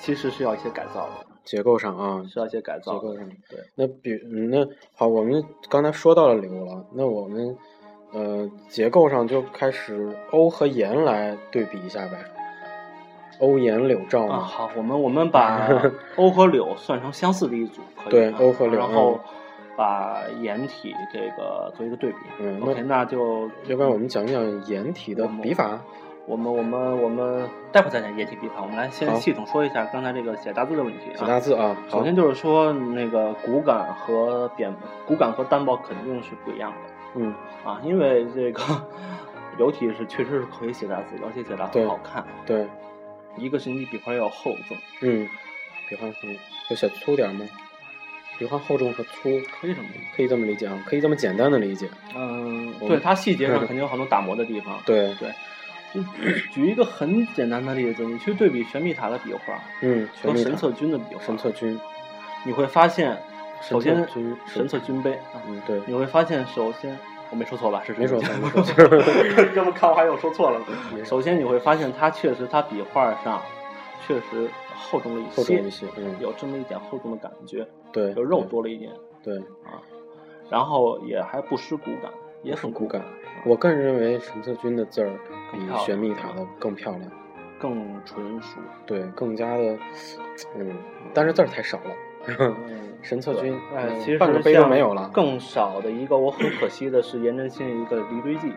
[SPEAKER 2] 其实是要一些改造的，
[SPEAKER 1] 结构上啊，
[SPEAKER 2] 是要一些改
[SPEAKER 1] 结
[SPEAKER 2] 造的。
[SPEAKER 1] 构上，
[SPEAKER 2] 对，
[SPEAKER 1] 那比嗯那好，我们刚才说到了流了，那我们呃结构上就开始欧和颜来对比一下呗，欧颜柳赵
[SPEAKER 2] 啊，
[SPEAKER 1] 嘛，
[SPEAKER 2] 好，我们我 们把欧和柳算成相似的一组，可以
[SPEAKER 1] 对
[SPEAKER 2] 啊
[SPEAKER 1] 欧和柳
[SPEAKER 2] 然后把颜体这个做一个对比。
[SPEAKER 1] 嗯
[SPEAKER 2] OK，那就
[SPEAKER 1] 要不然我们讲讲颜体的
[SPEAKER 2] 我们
[SPEAKER 1] 笔法，
[SPEAKER 2] 我们我们我们待会儿再讲颜体笔法，我们来先
[SPEAKER 1] 好
[SPEAKER 2] 系统说一下刚才这个写大字的问题
[SPEAKER 1] 写
[SPEAKER 2] 啊
[SPEAKER 1] 大。字啊，好
[SPEAKER 2] 首先就是说，那个骨感和扁骨感和单薄肯定是不一样的。
[SPEAKER 1] 嗯
[SPEAKER 2] 啊，因为这个流体是确实是可以写大字，而且写的
[SPEAKER 1] 对
[SPEAKER 2] 很好看。
[SPEAKER 1] 对
[SPEAKER 2] 一个是你笔画要厚重，
[SPEAKER 1] 嗯，笔画嗯就写粗点儿吗？笔画厚重和粗
[SPEAKER 2] 可以这么理解。
[SPEAKER 1] 可以这么理解啊，可以这么简单的理解，
[SPEAKER 2] 嗯，
[SPEAKER 1] 我
[SPEAKER 2] 对，
[SPEAKER 1] 们
[SPEAKER 2] 它细节上
[SPEAKER 1] 对
[SPEAKER 2] 肯定有很多打磨的地方。
[SPEAKER 1] 对
[SPEAKER 2] 就 举举一个很简单的例子，你去对比玄秘塔的笔画
[SPEAKER 1] 嗯，
[SPEAKER 2] 和
[SPEAKER 1] 全力
[SPEAKER 2] 神
[SPEAKER 1] 打
[SPEAKER 2] 策军的笔画，
[SPEAKER 1] 神策军，
[SPEAKER 2] 你会发现，首先
[SPEAKER 1] 神策军是
[SPEAKER 2] 神策军碑啊，
[SPEAKER 1] 嗯对，
[SPEAKER 2] 你会发现首先。我没说错吧？是神
[SPEAKER 1] 没说
[SPEAKER 2] 策
[SPEAKER 1] 错
[SPEAKER 2] 军
[SPEAKER 1] 没说 错
[SPEAKER 2] 这么看我还有说错了
[SPEAKER 1] 没。事
[SPEAKER 2] 首先你会发现，它确实它笔画上确实厚重了一些，
[SPEAKER 1] 厚重一些，嗯
[SPEAKER 2] 有这么一点厚重的感觉，
[SPEAKER 1] 对，嗯
[SPEAKER 2] 有肉
[SPEAKER 1] 对
[SPEAKER 2] 多了一点
[SPEAKER 1] 对。
[SPEAKER 2] 啊，然后也还不失骨感，也很
[SPEAKER 1] 骨感
[SPEAKER 2] 感，啊
[SPEAKER 1] 我个人认为神策军的字儿比
[SPEAKER 2] 更漂亮
[SPEAKER 1] 玄秘塔的更漂亮，
[SPEAKER 2] 更 纯熟。
[SPEAKER 1] 对，更加的，嗯，但是字儿太少了。
[SPEAKER 2] 嗯
[SPEAKER 1] 神策军，
[SPEAKER 2] 哎，
[SPEAKER 1] 嗯
[SPEAKER 2] 其实
[SPEAKER 1] 半个杯都
[SPEAKER 2] 像
[SPEAKER 1] 没有了。
[SPEAKER 2] 更少的一个，我很可惜的是颜真卿一个《离堆记》，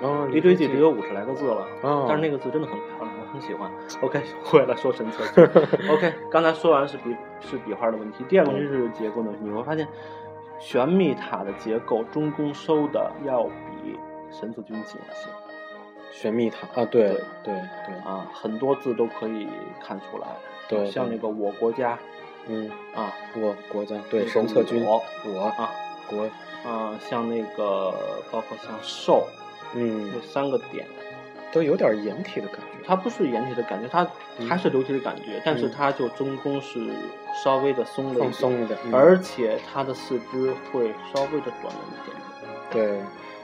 [SPEAKER 1] 哦，
[SPEAKER 2] 《离堆记》只有五十来个字了，
[SPEAKER 1] 哦，
[SPEAKER 2] 但是那个字真的很漂亮，我很喜欢。OK，回 来说神策军。OK，刚才说完是笔是笔画的问题，第二个问题是结构的问题。你会发现，玄秘塔的结构中宫收的要比神策军紧一些。
[SPEAKER 1] 玄秘塔啊，对
[SPEAKER 2] 对
[SPEAKER 1] 对
[SPEAKER 2] 啊，很多字都可以看出来。
[SPEAKER 1] 对对，
[SPEAKER 2] 像那
[SPEAKER 1] 对
[SPEAKER 2] 个我国家
[SPEAKER 1] 嗯，
[SPEAKER 2] 啊
[SPEAKER 1] 我国家对
[SPEAKER 2] 那个
[SPEAKER 1] 神策军，
[SPEAKER 2] 我
[SPEAKER 1] 我
[SPEAKER 2] 啊
[SPEAKER 1] 国，
[SPEAKER 2] 啊，像那个包括像兽那
[SPEAKER 1] 嗯，
[SPEAKER 2] 三个点，
[SPEAKER 1] 都有点掩体的感觉。
[SPEAKER 2] 它不是颜体的感觉，它
[SPEAKER 1] 嗯
[SPEAKER 2] 还是流体的感觉，但是
[SPEAKER 1] 嗯
[SPEAKER 2] 它就中宫是稍微的松了一点
[SPEAKER 1] 放松。一点，嗯
[SPEAKER 2] 而且它的四肢会稍微的短了一点点，
[SPEAKER 1] 对，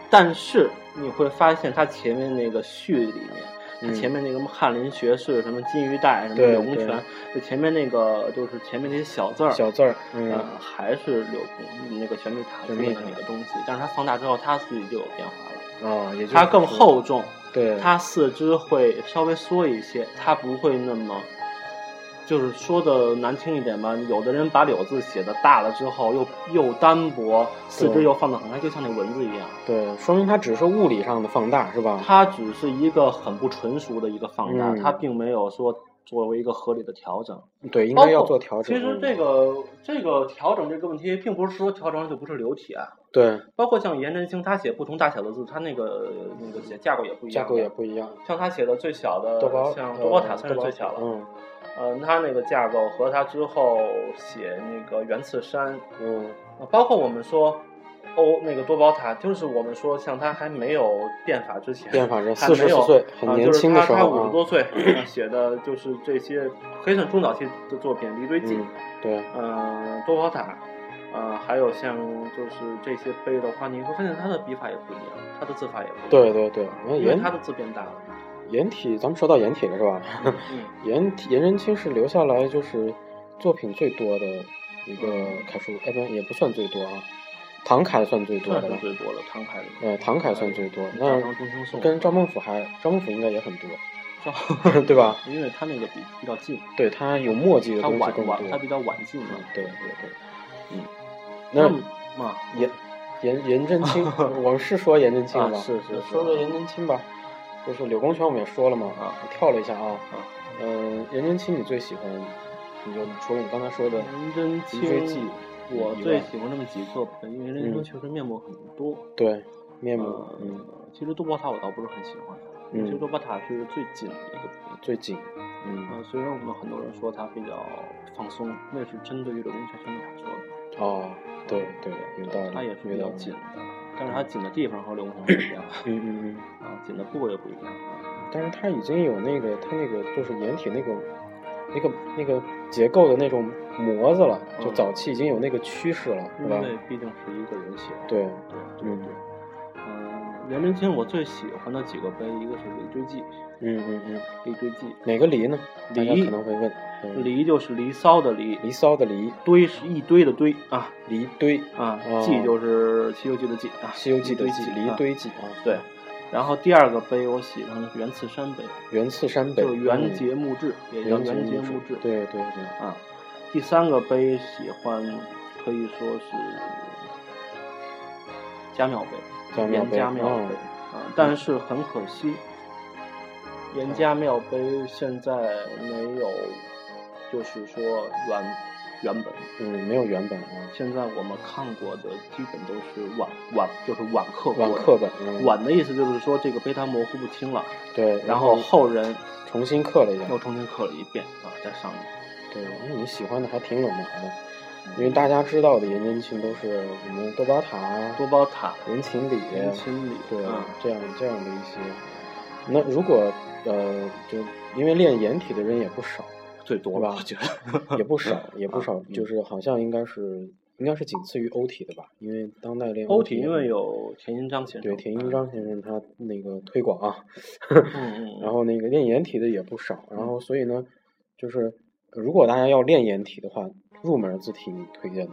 [SPEAKER 2] 但是你会发现它前面那个序里面。它
[SPEAKER 1] 嗯
[SPEAKER 2] 前面那个什么翰林学士、什么金鱼带、什么
[SPEAKER 1] 对
[SPEAKER 2] 柳公
[SPEAKER 1] 对
[SPEAKER 2] 权，就前面那个就是前面那些小字儿，
[SPEAKER 1] 小字儿，
[SPEAKER 2] 呃
[SPEAKER 1] 嗯，，
[SPEAKER 2] 还是柳公那个全密塔
[SPEAKER 1] 全
[SPEAKER 2] 做
[SPEAKER 1] 密
[SPEAKER 2] 的
[SPEAKER 1] 塔
[SPEAKER 2] 那个东西，但是它放大之后，它自己就有变化
[SPEAKER 1] 哦，
[SPEAKER 2] 了，
[SPEAKER 1] 也就是
[SPEAKER 2] 它更
[SPEAKER 1] 说
[SPEAKER 2] 厚，重，
[SPEAKER 1] 对，
[SPEAKER 2] 它四肢会稍微缩一些，它不会那么，就是说的难听一点吧，有的人把柳字写的大了之后，又又单薄，四肢
[SPEAKER 1] 对
[SPEAKER 2] 又放得很开，就像那文字一样，
[SPEAKER 1] 对，说明它只是物理上的放大，是吧？
[SPEAKER 2] 它只是一个很不纯熟的一个放大，
[SPEAKER 1] 嗯
[SPEAKER 2] 它并没有说作为一个合理的调整。
[SPEAKER 1] 对，应
[SPEAKER 2] 包
[SPEAKER 1] 该要
[SPEAKER 2] 括
[SPEAKER 1] 做调整。
[SPEAKER 2] 其实
[SPEAKER 1] 嗯
[SPEAKER 2] 这个这个调整这个问题，并不是说调整就不是流体啊。
[SPEAKER 1] 对
[SPEAKER 2] 包括像颜真卿，他写不同大小的字，他那个那个写架构也不一样。
[SPEAKER 1] 架构也不一样，
[SPEAKER 2] 像他写的最小的，
[SPEAKER 1] 多宝
[SPEAKER 2] 像
[SPEAKER 1] 呃
[SPEAKER 2] 多宝塔算是最小了。
[SPEAKER 1] 嗯
[SPEAKER 2] 嗯，他那个架构和他之后写那个元次山，
[SPEAKER 1] 嗯，
[SPEAKER 2] 呃包括我们说欧那个多宝塔，就是我们说像他还没有变法之前，
[SPEAKER 1] 变法人
[SPEAKER 2] 还
[SPEAKER 1] 四
[SPEAKER 2] 没
[SPEAKER 1] 十
[SPEAKER 2] 有
[SPEAKER 1] 岁，很
[SPEAKER 2] 啊，
[SPEAKER 1] 年
[SPEAKER 2] 就是
[SPEAKER 1] 轻
[SPEAKER 2] 他
[SPEAKER 1] 的时
[SPEAKER 2] 他
[SPEAKER 1] 候
[SPEAKER 2] 五
[SPEAKER 1] 啊
[SPEAKER 2] 十，多岁写的就是这些，可以算中早期的作品，《离堆记》
[SPEAKER 1] 嗯，对，
[SPEAKER 2] 嗯，多宝塔，呃，还有像就是这些碑的话，你会发现它的笔法也不一样，它的字法也不一
[SPEAKER 1] 对
[SPEAKER 2] 样，
[SPEAKER 1] 对对，那
[SPEAKER 2] 因为
[SPEAKER 1] 颜
[SPEAKER 2] 它的字变大了。
[SPEAKER 1] 颜体，咱们说到颜体了是吧？
[SPEAKER 2] 嗯，
[SPEAKER 1] 颜体颜真卿是留下来就是作品最多的一个
[SPEAKER 2] 嗯
[SPEAKER 1] 楷书，哎不也不算最多啊，唐楷算最多
[SPEAKER 2] 算
[SPEAKER 1] 的
[SPEAKER 2] 是
[SPEAKER 1] 了，
[SPEAKER 2] 最多了，唐凯的。
[SPEAKER 1] 呃唐楷算最多，
[SPEAKER 2] 大
[SPEAKER 1] 那
[SPEAKER 2] 唐中兴颂
[SPEAKER 1] 跟赵孟俯还赵孟俯应该也很多，
[SPEAKER 2] 赵，
[SPEAKER 1] 哦 对吧？
[SPEAKER 2] 因为它那个比比较近，
[SPEAKER 1] 对他有墨迹的
[SPEAKER 2] 它
[SPEAKER 1] 东西
[SPEAKER 2] 晚
[SPEAKER 1] 更
[SPEAKER 2] 晚，它
[SPEAKER 1] 多，
[SPEAKER 2] 比较晚进嘛
[SPEAKER 1] 嗯。对对对，嗯，
[SPEAKER 2] 那
[SPEAKER 1] 那
[SPEAKER 2] 嘛，
[SPEAKER 1] 颜颜颜真 卿，我们是说颜真卿
[SPEAKER 2] 啊
[SPEAKER 1] 吧？
[SPEAKER 2] 是是是
[SPEAKER 1] 说说颜真卿吧。就是柳公权，我们也说了嘛，
[SPEAKER 2] 啊
[SPEAKER 1] 我跳了一下啊。
[SPEAKER 2] 啊
[SPEAKER 1] 嗯、颜真卿你最喜欢，你就除了你刚才说的，
[SPEAKER 2] 颜真
[SPEAKER 1] 离堆记
[SPEAKER 2] 卿，我
[SPEAKER 1] 以
[SPEAKER 2] 最
[SPEAKER 1] 外
[SPEAKER 2] 喜欢这么几个作品，因为颜真
[SPEAKER 1] 嗯
[SPEAKER 2] 卿确实面目很多。
[SPEAKER 1] 对，面目，
[SPEAKER 2] 呃
[SPEAKER 1] 嗯，，
[SPEAKER 2] 其实多宝塔我倒不是很喜欢，
[SPEAKER 1] 嗯
[SPEAKER 2] 其实多宝塔是最紧的一个碑。
[SPEAKER 1] 最紧，嗯，
[SPEAKER 2] 嗯，虽然我们很多人说它比较放松，那是针对于柳公权兄弟俩说的，
[SPEAKER 1] 哦，对对，有道理，
[SPEAKER 2] 它也是比
[SPEAKER 1] 有道
[SPEAKER 2] 较
[SPEAKER 1] 理
[SPEAKER 2] 紧，的，但是它紧的地方和柳公权不一样
[SPEAKER 1] 嗯嗯嗯。
[SPEAKER 2] 啊，紧的部位不一样。啊
[SPEAKER 1] 但是它已经有那个它那个就是掩体那个那个那个结构的那种模子了，就
[SPEAKER 2] 嗯
[SPEAKER 1] 早期已经有那个趋势了，是
[SPEAKER 2] 因
[SPEAKER 1] 吧？
[SPEAKER 2] 为毕竟是一个人写的，
[SPEAKER 1] 对，
[SPEAKER 2] 对对
[SPEAKER 1] 嗯
[SPEAKER 2] 对。嗯，颜真卿我最喜欢的几个碑，一个是《李追记》，《
[SPEAKER 1] 嗯嗯嗯，
[SPEAKER 2] 李追记
[SPEAKER 1] 哪个梨呢？大家
[SPEAKER 2] 梨
[SPEAKER 1] 可能会问，》，嗯
[SPEAKER 2] 离就是离骚的离，
[SPEAKER 1] 离骚的离，
[SPEAKER 2] 堆是一堆的堆啊
[SPEAKER 1] 离堆，《
[SPEAKER 2] 啊
[SPEAKER 1] 哦，
[SPEAKER 2] 记就是《西游记》的记啊，
[SPEAKER 1] 西游记》的
[SPEAKER 2] 离
[SPEAKER 1] 记，
[SPEAKER 2] 堆
[SPEAKER 1] 离
[SPEAKER 2] 啊
[SPEAKER 1] 堆记啊，
[SPEAKER 2] 对。然后第二个碑我喜欢的是元次山碑，
[SPEAKER 1] 元次山北，
[SPEAKER 2] 就是
[SPEAKER 1] 嗯
[SPEAKER 2] 元节木质，也叫
[SPEAKER 1] 元节
[SPEAKER 2] 元节
[SPEAKER 1] 木
[SPEAKER 2] 木
[SPEAKER 1] 质
[SPEAKER 2] 质。
[SPEAKER 1] 对对对，
[SPEAKER 2] 啊，第三个碑喜欢可以说是家庙碑，
[SPEAKER 1] 家庙
[SPEAKER 2] 严
[SPEAKER 1] 碑
[SPEAKER 2] 家庙
[SPEAKER 1] 哦
[SPEAKER 2] 碑啊，但是很可惜，严家庙碑现在没有，就是说原原本，
[SPEAKER 1] 嗯，没有原本啊，
[SPEAKER 2] 现在我们看过的基本都是晚晚就是晚刻过
[SPEAKER 1] 晚
[SPEAKER 2] 的
[SPEAKER 1] 刻本，嗯
[SPEAKER 2] 晚的意思就是说这个碑它模糊不清了，
[SPEAKER 1] 对，
[SPEAKER 2] 然后后人
[SPEAKER 1] 嗯重新刻了一下，
[SPEAKER 2] 又重新刻了一遍啊，在上面。
[SPEAKER 1] 对，那你喜欢的还挺冷门的，
[SPEAKER 2] 嗯
[SPEAKER 1] 因为大家知道的颜真卿都是什么多宝塔啊、
[SPEAKER 2] 多宝塔、
[SPEAKER 1] 人情礼、
[SPEAKER 2] 人情礼，
[SPEAKER 1] 对
[SPEAKER 2] 啊，
[SPEAKER 1] 这样这样的一些。那如果呃，就因为练颜体的人也不少，
[SPEAKER 2] 最多
[SPEAKER 1] 对吧
[SPEAKER 2] 我觉 得。
[SPEAKER 1] 也不少，也不少，
[SPEAKER 2] 嗯
[SPEAKER 1] 就是好像应该是应该是仅次于欧体的吧，因为当代练
[SPEAKER 2] 欧体
[SPEAKER 1] 体
[SPEAKER 2] 因为有嗯田英章先生，
[SPEAKER 1] 对田英章先生他那个推广啊，
[SPEAKER 2] 嗯，嗯
[SPEAKER 1] 然
[SPEAKER 2] 嗯，
[SPEAKER 1] 后那个练颜体的也不少，然后所以呢，就是如果大家要练颜体的话，入门字体你推荐哪？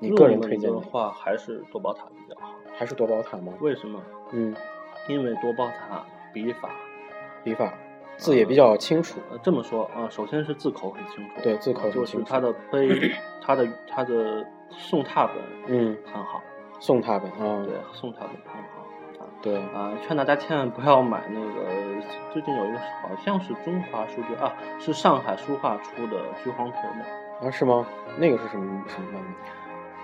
[SPEAKER 1] 你个人推荐
[SPEAKER 2] 入
[SPEAKER 1] 哪
[SPEAKER 2] 门的？话还是多宝塔比较好，
[SPEAKER 1] 还是多宝塔吗？
[SPEAKER 2] 为什么？
[SPEAKER 1] 嗯，
[SPEAKER 2] 因为多宝塔笔法，
[SPEAKER 1] 笔法字也比较清楚。
[SPEAKER 2] 呃，这么说啊，首先是字口很清楚，
[SPEAKER 1] 对字口很
[SPEAKER 2] 就
[SPEAKER 1] 清
[SPEAKER 2] 是
[SPEAKER 1] 楚
[SPEAKER 2] 它的碑， 它的它的宋拓本
[SPEAKER 1] 嗯，
[SPEAKER 2] 很好，
[SPEAKER 1] 宋拓本啊，
[SPEAKER 2] 对，宋拓本很好。啊
[SPEAKER 1] 对，
[SPEAKER 2] 啊，劝大家千万不要买那个，最近有一个好像是中华书局啊，是上海书画出的《橘黄皮》的，
[SPEAKER 1] 啊是吗？那个是什么什么版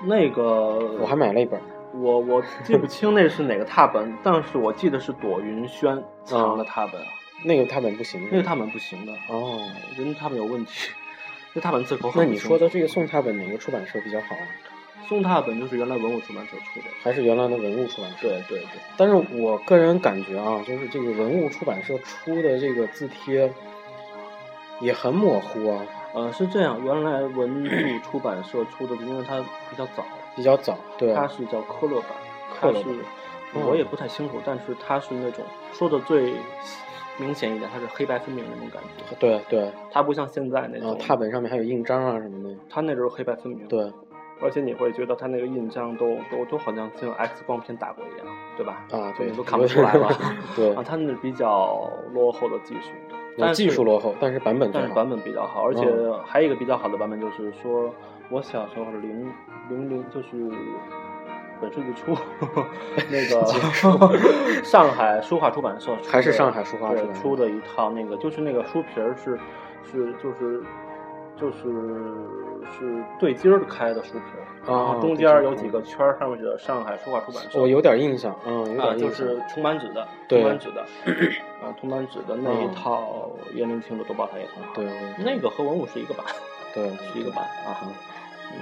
[SPEAKER 1] 本？
[SPEAKER 2] 那个
[SPEAKER 1] 我还买了一本。
[SPEAKER 2] 我我记不清那是哪个拓本，但是我记得是朵云轩藏的啊拓本，
[SPEAKER 1] 那个拓本不行，
[SPEAKER 2] 那个拓本不行的，
[SPEAKER 1] 哦。
[SPEAKER 2] 我觉得拓本有问题，那拓本字口很
[SPEAKER 1] 那
[SPEAKER 2] 不
[SPEAKER 1] 你
[SPEAKER 2] 清
[SPEAKER 1] 说的这个宋拓本哪个出版社比较好啊？
[SPEAKER 2] 宋拓本就是原来文物出版社出的，
[SPEAKER 1] 还是原来的文物出版社？
[SPEAKER 2] 对对对，
[SPEAKER 1] 但是我个人感觉啊，就是这个文物出版社出的这个字帖也很模糊啊，
[SPEAKER 2] 呃是这样，原来文物出版社出的，因为它比较早，
[SPEAKER 1] 比较早。对，
[SPEAKER 2] 它是叫科勒版，
[SPEAKER 1] 科
[SPEAKER 2] 它
[SPEAKER 1] 勒
[SPEAKER 2] 是
[SPEAKER 1] 版哦
[SPEAKER 2] 我也不太清楚，但是他是那种说的最明显一点，他是黑白分明的那种感觉，
[SPEAKER 1] 对对，
[SPEAKER 2] 他不像现在那
[SPEAKER 1] 然后
[SPEAKER 2] 种，
[SPEAKER 1] 拓本上面还有印章啊什么的，
[SPEAKER 2] 他那时候黑白分明，，
[SPEAKER 1] 对
[SPEAKER 2] 而且你会觉得他那个印章都都都好像像 X 光片打过一样，对吧？
[SPEAKER 1] 啊对，
[SPEAKER 2] 你嗯都看不出来了
[SPEAKER 1] 对
[SPEAKER 2] 啊，，他那是比较落后的技术，
[SPEAKER 1] 有
[SPEAKER 2] 但
[SPEAKER 1] 技
[SPEAKER 2] 是
[SPEAKER 1] 术落后，但是版本最
[SPEAKER 2] 但是
[SPEAKER 1] 好嗯
[SPEAKER 2] 版。本比较好，而且还有一个比较好的版本就是说，我小时候零零零就是本世纪初那 个 上海书画出版社出的
[SPEAKER 1] 还是上海书画
[SPEAKER 2] 对
[SPEAKER 1] 出版社
[SPEAKER 2] 出的一套那个，就是那个书皮儿是是就是就是是对襟儿开的书皮儿，
[SPEAKER 1] 啊
[SPEAKER 2] 然后中间儿有几个圈儿，上面写着上海书画出版社。
[SPEAKER 1] 我有点印象，嗯，有
[SPEAKER 2] 啊，
[SPEAKER 1] 点
[SPEAKER 2] 就
[SPEAKER 1] 印象。
[SPEAKER 2] 是铜版纸的，
[SPEAKER 1] 对
[SPEAKER 2] 铜版 纸的，啊，铜版纸的那一
[SPEAKER 1] 嗯
[SPEAKER 2] 套燕陵青的都包含一套。
[SPEAKER 1] 对
[SPEAKER 2] 那个和文武是一个版，
[SPEAKER 1] 对，
[SPEAKER 2] 是一个版啊。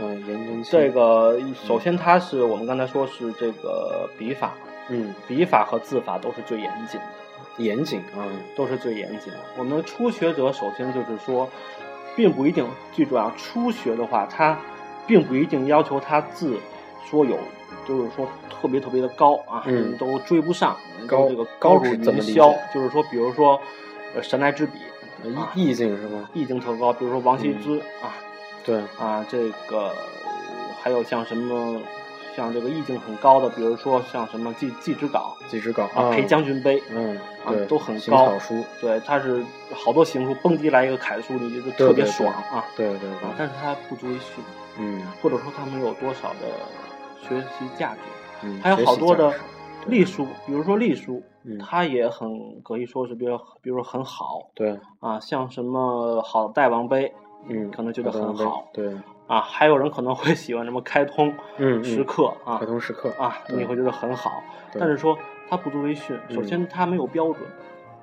[SPEAKER 1] 嗯，颜真卿
[SPEAKER 2] 这，个首先它是我们刚才说是这个笔法，
[SPEAKER 1] 嗯，
[SPEAKER 2] 笔法和字法都是最严谨的，
[SPEAKER 1] 严谨啊，
[SPEAKER 2] 都是最严谨的。我们初学者首先就是说，并不一定，记住啊，初学的话，他并不一定要求他字说有，就是说特别特别的高啊，
[SPEAKER 1] 嗯
[SPEAKER 2] 你都追不上，你都
[SPEAKER 1] 高
[SPEAKER 2] 这个
[SPEAKER 1] 高
[SPEAKER 2] 如
[SPEAKER 1] 是怎么
[SPEAKER 2] 云
[SPEAKER 1] 理
[SPEAKER 2] 霄
[SPEAKER 1] 解，
[SPEAKER 2] 就是说，比如说，呃，神来之笔，啊
[SPEAKER 1] 嗯意意嗯境是吗？
[SPEAKER 2] 意境特高，比如说王羲之、啊。
[SPEAKER 1] 对，
[SPEAKER 2] 啊，这个还有像什么，像这个意境很高的，比如说像什么《祭祭之稿
[SPEAKER 1] 几只稿》
[SPEAKER 2] 啊，
[SPEAKER 1] 啊，
[SPEAKER 2] 《陪将军碑》
[SPEAKER 1] 嗯，
[SPEAKER 2] 啊
[SPEAKER 1] 对，
[SPEAKER 2] 都很
[SPEAKER 1] 行
[SPEAKER 2] 高
[SPEAKER 1] 草书，
[SPEAKER 2] 对，它是好多行书，蹦迪来一个楷书，你觉得特别爽啊
[SPEAKER 1] 对对
[SPEAKER 2] 啊！
[SPEAKER 1] 对，
[SPEAKER 2] 但是它不足以训，
[SPEAKER 1] 嗯
[SPEAKER 2] 或者说它没有多少的学习价值。
[SPEAKER 1] 嗯，
[SPEAKER 2] 还有
[SPEAKER 1] 学
[SPEAKER 2] 好
[SPEAKER 1] 习
[SPEAKER 2] 多
[SPEAKER 1] 价
[SPEAKER 2] 的
[SPEAKER 1] 值
[SPEAKER 2] 隶书，比如说隶书，
[SPEAKER 1] 嗯
[SPEAKER 2] 它也很可以说是比较，比如说很好
[SPEAKER 1] 对，
[SPEAKER 2] 啊，像什么《好代王碑》，
[SPEAKER 1] 嗯，
[SPEAKER 2] 可能觉得
[SPEAKER 1] 好的
[SPEAKER 2] 很
[SPEAKER 1] 对
[SPEAKER 2] 好
[SPEAKER 1] 对，
[SPEAKER 2] 啊，还有人可能会喜欢什么开通
[SPEAKER 1] 嗯，
[SPEAKER 2] 时
[SPEAKER 1] 嗯
[SPEAKER 2] 刻啊
[SPEAKER 1] 开，通时刻，
[SPEAKER 2] 啊，
[SPEAKER 1] 对
[SPEAKER 2] 你会觉得很好，
[SPEAKER 1] 对嗯
[SPEAKER 2] 但是说它不足为训。首先，它没有标准，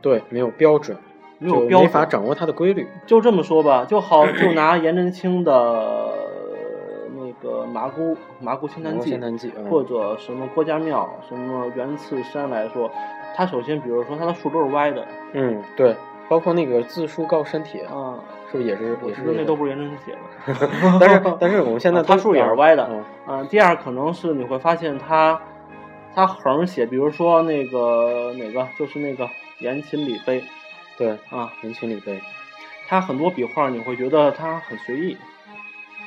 [SPEAKER 1] 对，没有标准，
[SPEAKER 2] 没有
[SPEAKER 1] 就
[SPEAKER 2] 标
[SPEAKER 1] 没法
[SPEAKER 2] 准。
[SPEAKER 1] 掌握它的规律，
[SPEAKER 2] 就这么说吧，就好，就拿颜真卿的呃那个《麻姑麻姑清
[SPEAKER 1] 然
[SPEAKER 2] 单
[SPEAKER 1] 后
[SPEAKER 2] 记
[SPEAKER 1] 现》，单记，嗯
[SPEAKER 2] 或者什么郭家庙、什么元次山来说，它首先，比如说它的树都是歪的，
[SPEAKER 1] 嗯，对，包括那个字书告山帖，
[SPEAKER 2] 啊，
[SPEAKER 1] 是不是也是
[SPEAKER 2] 我
[SPEAKER 1] 也
[SPEAKER 2] 觉
[SPEAKER 1] 是
[SPEAKER 2] 得
[SPEAKER 1] 这
[SPEAKER 2] 那
[SPEAKER 1] 个
[SPEAKER 2] 都不是颜真卿写的。
[SPEAKER 1] 但是但是我们现在
[SPEAKER 2] 啊它
[SPEAKER 1] 都
[SPEAKER 2] 树也是歪的
[SPEAKER 1] 嗯
[SPEAKER 2] 嗯，第二可能是你会发现它，它横写，比如说那个哪个，就是那个颜秦李碑
[SPEAKER 1] 对，
[SPEAKER 2] 啊，
[SPEAKER 1] 人群里碑，
[SPEAKER 2] 它很多笔画你会觉得它很随意，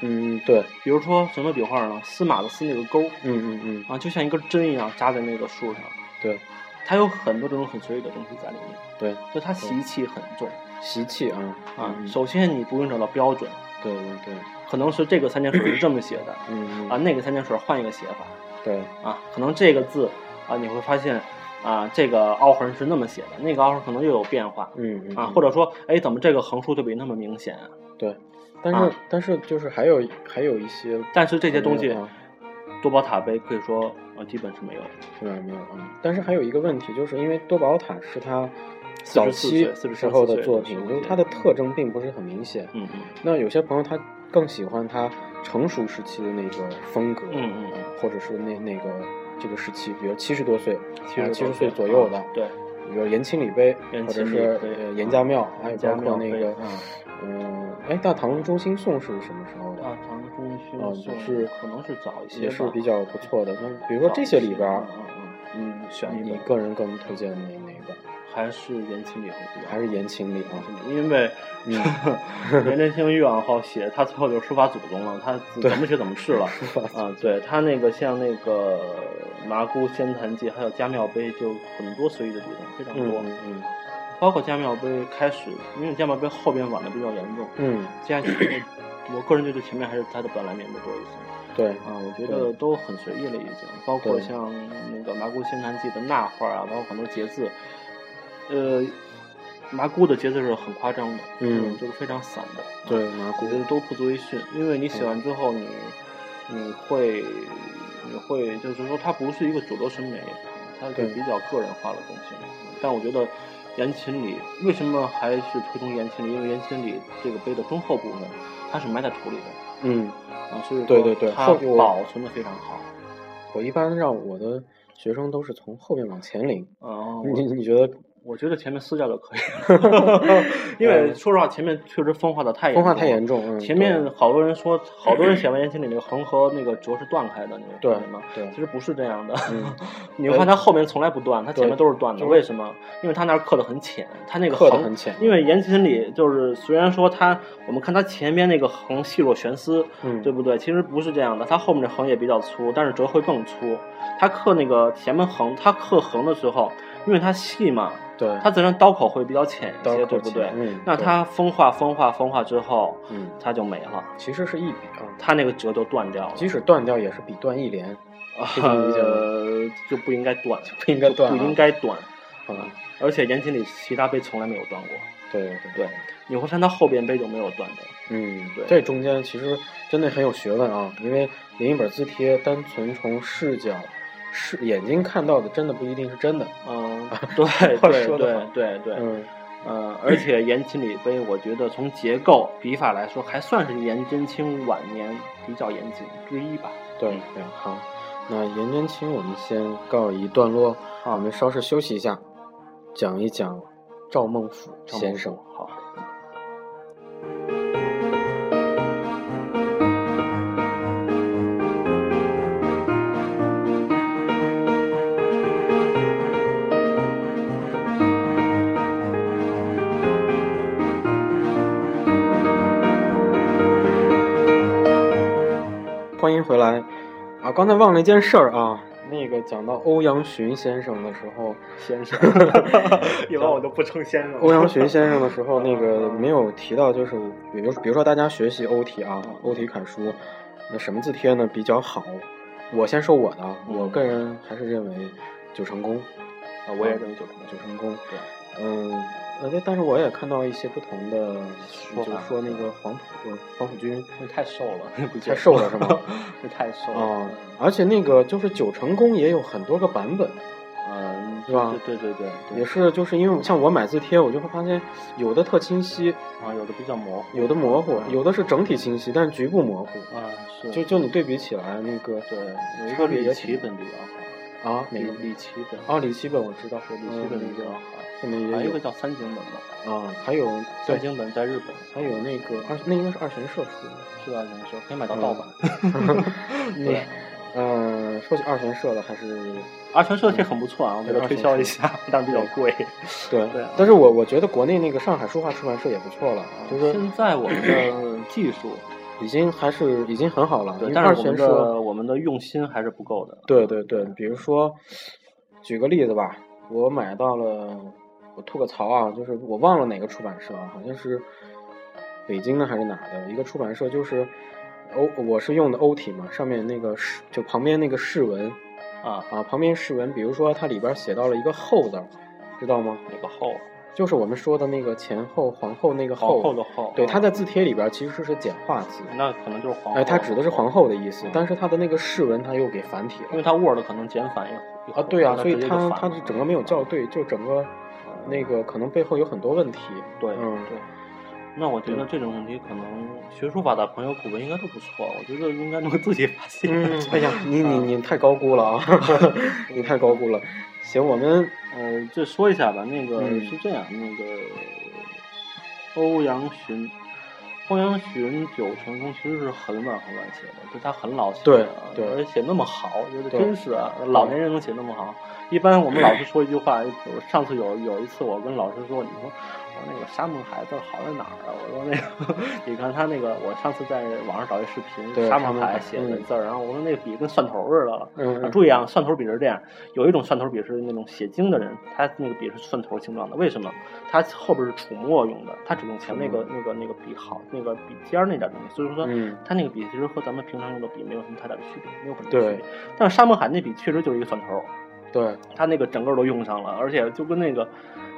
[SPEAKER 1] 嗯，对，
[SPEAKER 2] 比如说什么笔画呢？司马的司那个钩
[SPEAKER 1] 嗯嗯嗯，
[SPEAKER 2] 啊，就像一根针一样扎在那个树上，
[SPEAKER 1] 对
[SPEAKER 2] 它有很多这种很随意的东西在里面，
[SPEAKER 1] 对，
[SPEAKER 2] 就它习气很重
[SPEAKER 1] 习气啊
[SPEAKER 2] 啊。
[SPEAKER 1] 嗯
[SPEAKER 2] 首先你不用找到标准，
[SPEAKER 1] 对对对，
[SPEAKER 2] 可能是这个三点水是这么写的
[SPEAKER 1] 嗯
[SPEAKER 2] 啊，
[SPEAKER 1] 嗯，
[SPEAKER 2] 那个三点水换一个写法
[SPEAKER 1] 对，
[SPEAKER 2] 啊，可能这个字啊你会发现啊这个凹痕是那么写的，那个凹痕可能又有变化
[SPEAKER 1] 嗯嗯
[SPEAKER 2] 啊，
[SPEAKER 1] 嗯
[SPEAKER 2] 或者说哎怎么这个横竖对比那么明显啊？
[SPEAKER 1] 对，但是、
[SPEAKER 2] 啊
[SPEAKER 1] 但是就是还有还有一些
[SPEAKER 2] 但是这些东西
[SPEAKER 1] 没有啊。
[SPEAKER 2] 多宝塔碑可以说啊，基本是没有的。
[SPEAKER 1] 是吧？没有啊，但是还有一个问题，就是因为多宝塔是他早
[SPEAKER 2] 44岁
[SPEAKER 1] 期
[SPEAKER 2] 43
[SPEAKER 1] 时候的
[SPEAKER 2] 岁
[SPEAKER 1] 作
[SPEAKER 2] 的时
[SPEAKER 1] 品，
[SPEAKER 2] 候
[SPEAKER 1] 就是
[SPEAKER 2] 写
[SPEAKER 1] 它的特征并不是很明显。
[SPEAKER 2] 嗯嗯
[SPEAKER 1] 那有些朋友他更喜欢他成熟时期的那个风格，
[SPEAKER 2] 嗯嗯嗯，
[SPEAKER 1] 或者是那那个这个时期，比如七十多岁，啊
[SPEAKER 2] 70
[SPEAKER 1] 七
[SPEAKER 2] 多
[SPEAKER 1] 十
[SPEAKER 2] 岁
[SPEAKER 1] 岁左右的，
[SPEAKER 2] 啊对，
[SPEAKER 1] 比如颜清礼碑，
[SPEAKER 2] 颜
[SPEAKER 1] 或者
[SPEAKER 2] 清礼
[SPEAKER 1] 是
[SPEAKER 2] 碑
[SPEAKER 1] 呃颜家庙，还有
[SPEAKER 2] 家
[SPEAKER 1] 包括
[SPEAKER 2] 庙
[SPEAKER 1] 那
[SPEAKER 2] 碑
[SPEAKER 1] 个
[SPEAKER 2] 啊
[SPEAKER 1] 嗯，哎，大唐中兴颂是什么时候的？
[SPEAKER 2] 大唐中兴
[SPEAKER 1] 啊
[SPEAKER 2] 宋
[SPEAKER 1] 是
[SPEAKER 2] 可能是早一些吧，
[SPEAKER 1] 也是比较不错的。那比如说这些里边儿，
[SPEAKER 2] 嗯嗯
[SPEAKER 1] 嗯，
[SPEAKER 2] 选一
[SPEAKER 1] 你
[SPEAKER 2] 本
[SPEAKER 1] 个人更推荐哪哪一本？
[SPEAKER 2] 嗯，还是颜清礼会比较好，
[SPEAKER 1] 还是颜清礼
[SPEAKER 2] 颜
[SPEAKER 1] 啊？
[SPEAKER 2] 清礼，因为
[SPEAKER 1] 嗯
[SPEAKER 2] 颜真卿越往后啊写，他最后就是书法祖宗了，他自
[SPEAKER 1] 对
[SPEAKER 2] 怎么写怎 么是了
[SPEAKER 1] 法祖
[SPEAKER 2] 啊。对他那个像那个麻姑仙坛记，还有家庙碑，就很多随意的地方非常
[SPEAKER 1] 嗯
[SPEAKER 2] 多，
[SPEAKER 1] 嗯
[SPEAKER 2] 包括家庙碑开始，因为家庙碑后边晚的比较严重，
[SPEAKER 1] 嗯，
[SPEAKER 2] 加我个人觉得前面还是他的本来面的多一些。
[SPEAKER 1] 对，
[SPEAKER 2] 啊，我觉得都很随意了，已经，包括
[SPEAKER 1] 对
[SPEAKER 2] 像那个麻姑仙坛记的捺画啊，包括很多节字，呃，麻姑的节字是很夸张的，
[SPEAKER 1] 嗯
[SPEAKER 2] 就是非常散的，啊，
[SPEAKER 1] 对麻
[SPEAKER 2] 我
[SPEAKER 1] 姑
[SPEAKER 2] 觉，得都不足为训，因为你写
[SPEAKER 1] 嗯
[SPEAKER 2] 完之后你，你会，你会就是说它不是一个主流审美，它是
[SPEAKER 1] 对
[SPEAKER 2] 比较个人化的东西，但我觉得。颜秦礼为什么还是推崇颜秦礼？因为颜秦礼这个碑的中后部分，它是埋在土里的，
[SPEAKER 1] 嗯，
[SPEAKER 2] 啊，所以说
[SPEAKER 1] 对对对
[SPEAKER 2] 它
[SPEAKER 1] 后有
[SPEAKER 2] 保存的非常好。
[SPEAKER 1] 我一般让我的学生都是从后面往前领。
[SPEAKER 2] 哦，
[SPEAKER 1] 你你觉得
[SPEAKER 2] 我觉得前面撕掉就 可以，因为说实话，前面确实分化的太
[SPEAKER 1] 嗯风化
[SPEAKER 2] 了
[SPEAKER 1] 太严重，嗯，
[SPEAKER 2] 前
[SPEAKER 1] 对
[SPEAKER 2] 面好多人说，好多人写完言情里那个横和那个折是断开的，你
[SPEAKER 1] 对
[SPEAKER 2] 发现吗？
[SPEAKER 1] 对
[SPEAKER 2] 其实不是这样的，
[SPEAKER 1] 嗯
[SPEAKER 2] 你会发现它后面从来不断，它前面都是断的。
[SPEAKER 1] 对
[SPEAKER 2] 为什么？因为它那儿刻的很浅，它那个
[SPEAKER 1] 刻的
[SPEAKER 2] 横
[SPEAKER 1] 很浅
[SPEAKER 2] 因为言情里就是虽然说它，我们看它前面那个横细若悬丝，
[SPEAKER 1] 嗯
[SPEAKER 2] 对不对？其实不是这样的，它后面的横也比较粗，但是折会更粗。它刻那个前面横，它刻横的时候，因为它细嘛，
[SPEAKER 1] 对，
[SPEAKER 2] 它自然刀口会比较浅一
[SPEAKER 1] 刀
[SPEAKER 2] 些，
[SPEAKER 1] 口
[SPEAKER 2] 对不对
[SPEAKER 1] 浅？嗯，
[SPEAKER 2] 那
[SPEAKER 1] 对
[SPEAKER 2] 它风化、风化、风化之后，
[SPEAKER 1] 嗯，
[SPEAKER 2] 它就没了，
[SPEAKER 1] 其实是一笔啊，
[SPEAKER 2] 它那个折就断掉了。
[SPEAKER 1] 即使断掉也是比断一连
[SPEAKER 2] 啊
[SPEAKER 1] 可以这么 理解吗
[SPEAKER 2] 呃，就不应该断，
[SPEAKER 1] 不应该断啊
[SPEAKER 2] 不应该断。嗯
[SPEAKER 1] 啊，
[SPEAKER 2] 而且言情里其他杯从来没有断过，
[SPEAKER 1] 对对
[SPEAKER 2] 对，你会看它后边杯就没有 断的。
[SPEAKER 1] 嗯，
[SPEAKER 2] 对
[SPEAKER 1] 这中间其实真的很有学问啊，因为临一本字帖单纯从视角视眼睛看到的，真的不一定是真的，
[SPEAKER 2] 嗯，对对
[SPEAKER 1] 说得
[SPEAKER 2] 对
[SPEAKER 1] 好
[SPEAKER 2] 对对，
[SPEAKER 1] 嗯，
[SPEAKER 2] 呃，而且言情里杯，我觉得从结构、笔法来说，还算是颜真卿晚年比较严谨之一吧。
[SPEAKER 1] 对对，好，那颜真卿我们先告一段落，啊，我们稍事休息一下，讲一讲赵孟俯
[SPEAKER 2] 赵孟
[SPEAKER 1] 先生
[SPEAKER 2] 頫，好。
[SPEAKER 1] 欢迎回来，啊，刚才忘了一件事儿啊，那个讲到欧阳询先生的时候，
[SPEAKER 2] 先生，一般我都不称先生了。
[SPEAKER 1] 欧阳询先生的时候，那个没有提到，就是比如比如说大家学习欧体啊，欧体楷书，那什么字帖呢比较好？我先说我的啊，
[SPEAKER 2] 嗯
[SPEAKER 1] 我个人还是认为九成宫，
[SPEAKER 2] 啊，我也认为九成功
[SPEAKER 1] 九成宫，
[SPEAKER 2] 对，
[SPEAKER 1] 嗯，呃，但但是我也看到一些不同的，就
[SPEAKER 2] 说
[SPEAKER 1] 是
[SPEAKER 2] 法
[SPEAKER 1] 说那个黄埔呃黄埔军
[SPEAKER 2] 你太瘦了，
[SPEAKER 1] 太瘦了是 吗？
[SPEAKER 2] 你太瘦了。
[SPEAKER 1] 啊，而且那个就是九成宫也有很多个版本，
[SPEAKER 2] 嗯，
[SPEAKER 1] 是吧
[SPEAKER 2] 对对对对，
[SPEAKER 1] 也是就是因为像我买字帖，我就会发现有的特清晰，
[SPEAKER 2] 啊，有的比较模糊。
[SPEAKER 1] 有的模糊，有的是整体清晰，但是局部模糊。
[SPEAKER 2] 啊，是
[SPEAKER 1] 就就你对比起来，那个
[SPEAKER 2] 对，有一
[SPEAKER 1] 差
[SPEAKER 2] 个
[SPEAKER 1] 别
[SPEAKER 2] 李
[SPEAKER 1] 也
[SPEAKER 2] 奇
[SPEAKER 1] 挺
[SPEAKER 2] 本比较好，
[SPEAKER 1] 啊，哪个？
[SPEAKER 2] 李奇本，
[SPEAKER 1] 啊，李希本我知道，
[SPEAKER 2] 对，李
[SPEAKER 1] 嗯
[SPEAKER 2] 奇本
[SPEAKER 1] 那
[SPEAKER 2] 比较
[SPEAKER 1] 个
[SPEAKER 2] 好，
[SPEAKER 1] 后面
[SPEAKER 2] 还
[SPEAKER 1] 也
[SPEAKER 2] 有一个
[SPEAKER 1] 有
[SPEAKER 2] 叫三井本吧，
[SPEAKER 1] 啊，还有
[SPEAKER 2] 三
[SPEAKER 1] 对，
[SPEAKER 2] 井本在日本
[SPEAKER 1] 还有那个二，那应该是二神社出的。
[SPEAKER 2] 是吧？你说可以买到
[SPEAKER 1] 嗯
[SPEAKER 2] 盗版。
[SPEAKER 1] 那呃，说起二神社了，还是
[SPEAKER 2] 二泉社这很不错啊，我给它推销一下，但是比较贵。
[SPEAKER 1] 对
[SPEAKER 2] 对啊啊
[SPEAKER 1] 但是我我觉得国内那个上海书画出版社也不错了，就是说
[SPEAKER 2] 现在我们的技术，
[SPEAKER 1] 已经还是已经很好了。因
[SPEAKER 2] 对，
[SPEAKER 1] 为
[SPEAKER 2] 但
[SPEAKER 1] 二
[SPEAKER 2] 是我
[SPEAKER 1] 神
[SPEAKER 2] 们
[SPEAKER 1] 社
[SPEAKER 2] 的我们的用心还是不够的。
[SPEAKER 1] 对对对，比如说，举个例子吧，我买到了，我吐个槽啊，就是我忘了哪个出版社啊，好像是北京的还是哪儿的一个出版社，就是欧，我是用的欧体嘛，上面那个释就旁边那个释文
[SPEAKER 2] 啊，
[SPEAKER 1] 啊，旁边释文，比如说它里边写到了一个后字儿，知道吗？
[SPEAKER 2] 那个后，
[SPEAKER 1] 就是我们说的那个前后皇后那个
[SPEAKER 2] 皇
[SPEAKER 1] 后，
[SPEAKER 2] 后的后，
[SPEAKER 1] 对，
[SPEAKER 2] 啊
[SPEAKER 1] 它在字帖里边其实是简化字，
[SPEAKER 2] 那可能就是皇后。
[SPEAKER 1] 哎，它指的是皇后的意思
[SPEAKER 2] 嗯，
[SPEAKER 1] 但是它的那个释文它又给繁体了
[SPEAKER 2] 因。为它 Word 可能简反一
[SPEAKER 1] 啊，对啊，所以
[SPEAKER 2] 它
[SPEAKER 1] 他他是整个没有校对，就整个那个可能背后有很多问题。
[SPEAKER 2] 对
[SPEAKER 1] 嗯
[SPEAKER 2] 对。那我觉得这种问题可能学书法的朋友古文应该都不错，我觉得应该能自己发现。
[SPEAKER 1] 嗯，哎呀，你你你太高估了啊，你太高估了。行，我们
[SPEAKER 2] 呃，这说一下吧，那个
[SPEAKER 1] 嗯
[SPEAKER 2] 是这样，那个欧阳询，欧阳询九成宫其实是很晚很晚写的，就他很老写
[SPEAKER 1] 对
[SPEAKER 2] 的，啊
[SPEAKER 1] 对
[SPEAKER 2] 而且写那么好，我觉得
[SPEAKER 1] 对
[SPEAKER 2] 真是啊，老年人能写那么好。一般我们老师说一句话，我上次有有一次我跟老师说，你说我那个沙漠海字好在哪儿啊？我说那个， 你看他那个，我上次在网上找一视频，
[SPEAKER 1] 对
[SPEAKER 2] 沙
[SPEAKER 1] 沙
[SPEAKER 2] 漠
[SPEAKER 1] 漠
[SPEAKER 2] 海
[SPEAKER 1] 海
[SPEAKER 2] 写的
[SPEAKER 1] 嗯
[SPEAKER 2] 字儿，然后我说那个笔跟蒜头似的了。
[SPEAKER 1] 嗯
[SPEAKER 2] 啊，
[SPEAKER 1] 嗯
[SPEAKER 2] 注意啊，蒜头笔是这样，有一种蒜头笔是那种写经的人，他那个笔是蒜头形状的，为什么？他后边是杵墨用的，他只用前那个那个那个笔好，那个笔尖儿那点东西，所以说
[SPEAKER 1] 嗯
[SPEAKER 2] 他那个笔其实和咱们平常用的笔没有什么太大的区别，没有很大的
[SPEAKER 1] 对
[SPEAKER 2] 区别。但是沙漠海那笔确实就是一个蒜头，
[SPEAKER 1] 对
[SPEAKER 2] 他那个整个都用上了，而且就跟那个。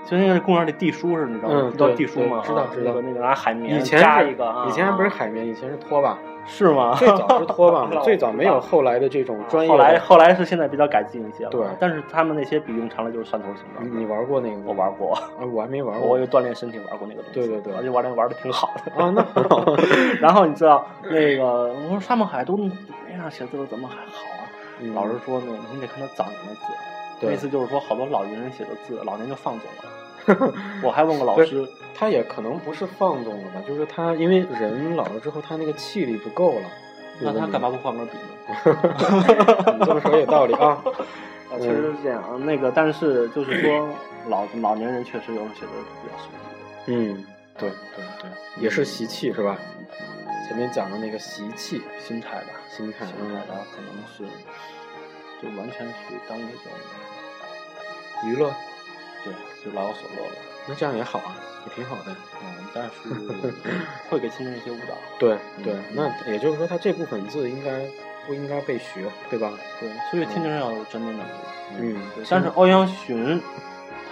[SPEAKER 2] 就跟那个公园里地书似的，你知道吗？
[SPEAKER 1] 嗯
[SPEAKER 2] 知道
[SPEAKER 1] 对
[SPEAKER 2] 地书
[SPEAKER 1] 对
[SPEAKER 2] 吗？
[SPEAKER 1] 知道
[SPEAKER 2] 啊
[SPEAKER 1] 知道
[SPEAKER 2] 那个那个拿海绵
[SPEAKER 1] 以前
[SPEAKER 2] 扎
[SPEAKER 1] 是
[SPEAKER 2] 一个啊，
[SPEAKER 1] 以前还不是
[SPEAKER 2] 啊
[SPEAKER 1] 海绵，以前是拖把，
[SPEAKER 2] 是吗？
[SPEAKER 1] 最早是拖 把
[SPEAKER 2] 那
[SPEAKER 1] 嘛，
[SPEAKER 2] 我
[SPEAKER 1] 最早
[SPEAKER 2] 不
[SPEAKER 1] 没
[SPEAKER 2] 知道
[SPEAKER 1] 有后来的这种专业
[SPEAKER 2] 啊后来
[SPEAKER 1] 的。
[SPEAKER 2] 后来是现在比较改进一些了，啊
[SPEAKER 1] 对
[SPEAKER 2] 但是他们那些笔用长了就是蒜头形
[SPEAKER 1] 你
[SPEAKER 2] 状。
[SPEAKER 1] 你玩过那个吗？
[SPEAKER 2] 我玩过，
[SPEAKER 1] 啊，我还没玩过
[SPEAKER 2] 我有锻炼身体玩过那个东西，
[SPEAKER 1] 对对对
[SPEAKER 2] 而且玩那个玩的挺好的。
[SPEAKER 1] 啊，那很好。
[SPEAKER 2] 然后你知道那个，我说沙漠海都那样写字了，怎么还好啊？
[SPEAKER 1] 嗯
[SPEAKER 2] 老师说那个你得看他早年的字，啊
[SPEAKER 1] 对
[SPEAKER 2] 那次就是说好多老年人写的字，老年就放纵 了。我还问过老
[SPEAKER 1] 对
[SPEAKER 2] 师，
[SPEAKER 1] 他也可能不是放纵了吧，就是他因为人老了之后，他那个气力不够了。
[SPEAKER 2] 那他干嘛不换本笔呢？
[SPEAKER 1] 你这么说也有道理啊。
[SPEAKER 2] 啊，确实是这样。那个，但是就是说，老老年人确实有时候写的比较随意。
[SPEAKER 1] 嗯，对对对，也
[SPEAKER 2] 嗯
[SPEAKER 1] 是习气是吧？前面讲的那个习气、
[SPEAKER 2] 心态吧，
[SPEAKER 1] 心态
[SPEAKER 2] 心，态
[SPEAKER 1] 嗯，
[SPEAKER 2] 吧，可能是就完全属于当那种，
[SPEAKER 1] 娱乐，
[SPEAKER 2] 对，就老有所乐了。
[SPEAKER 1] 那这样也好啊，也挺好的。
[SPEAKER 2] 嗯，但 是会给亲人一些误导。
[SPEAKER 1] 对对
[SPEAKER 2] 嗯，
[SPEAKER 1] 那也就是说，他这部分字应该不应该被学，对吧？
[SPEAKER 2] 对，所以听着要有真正的
[SPEAKER 1] 嗯
[SPEAKER 2] 对但是欧阳询，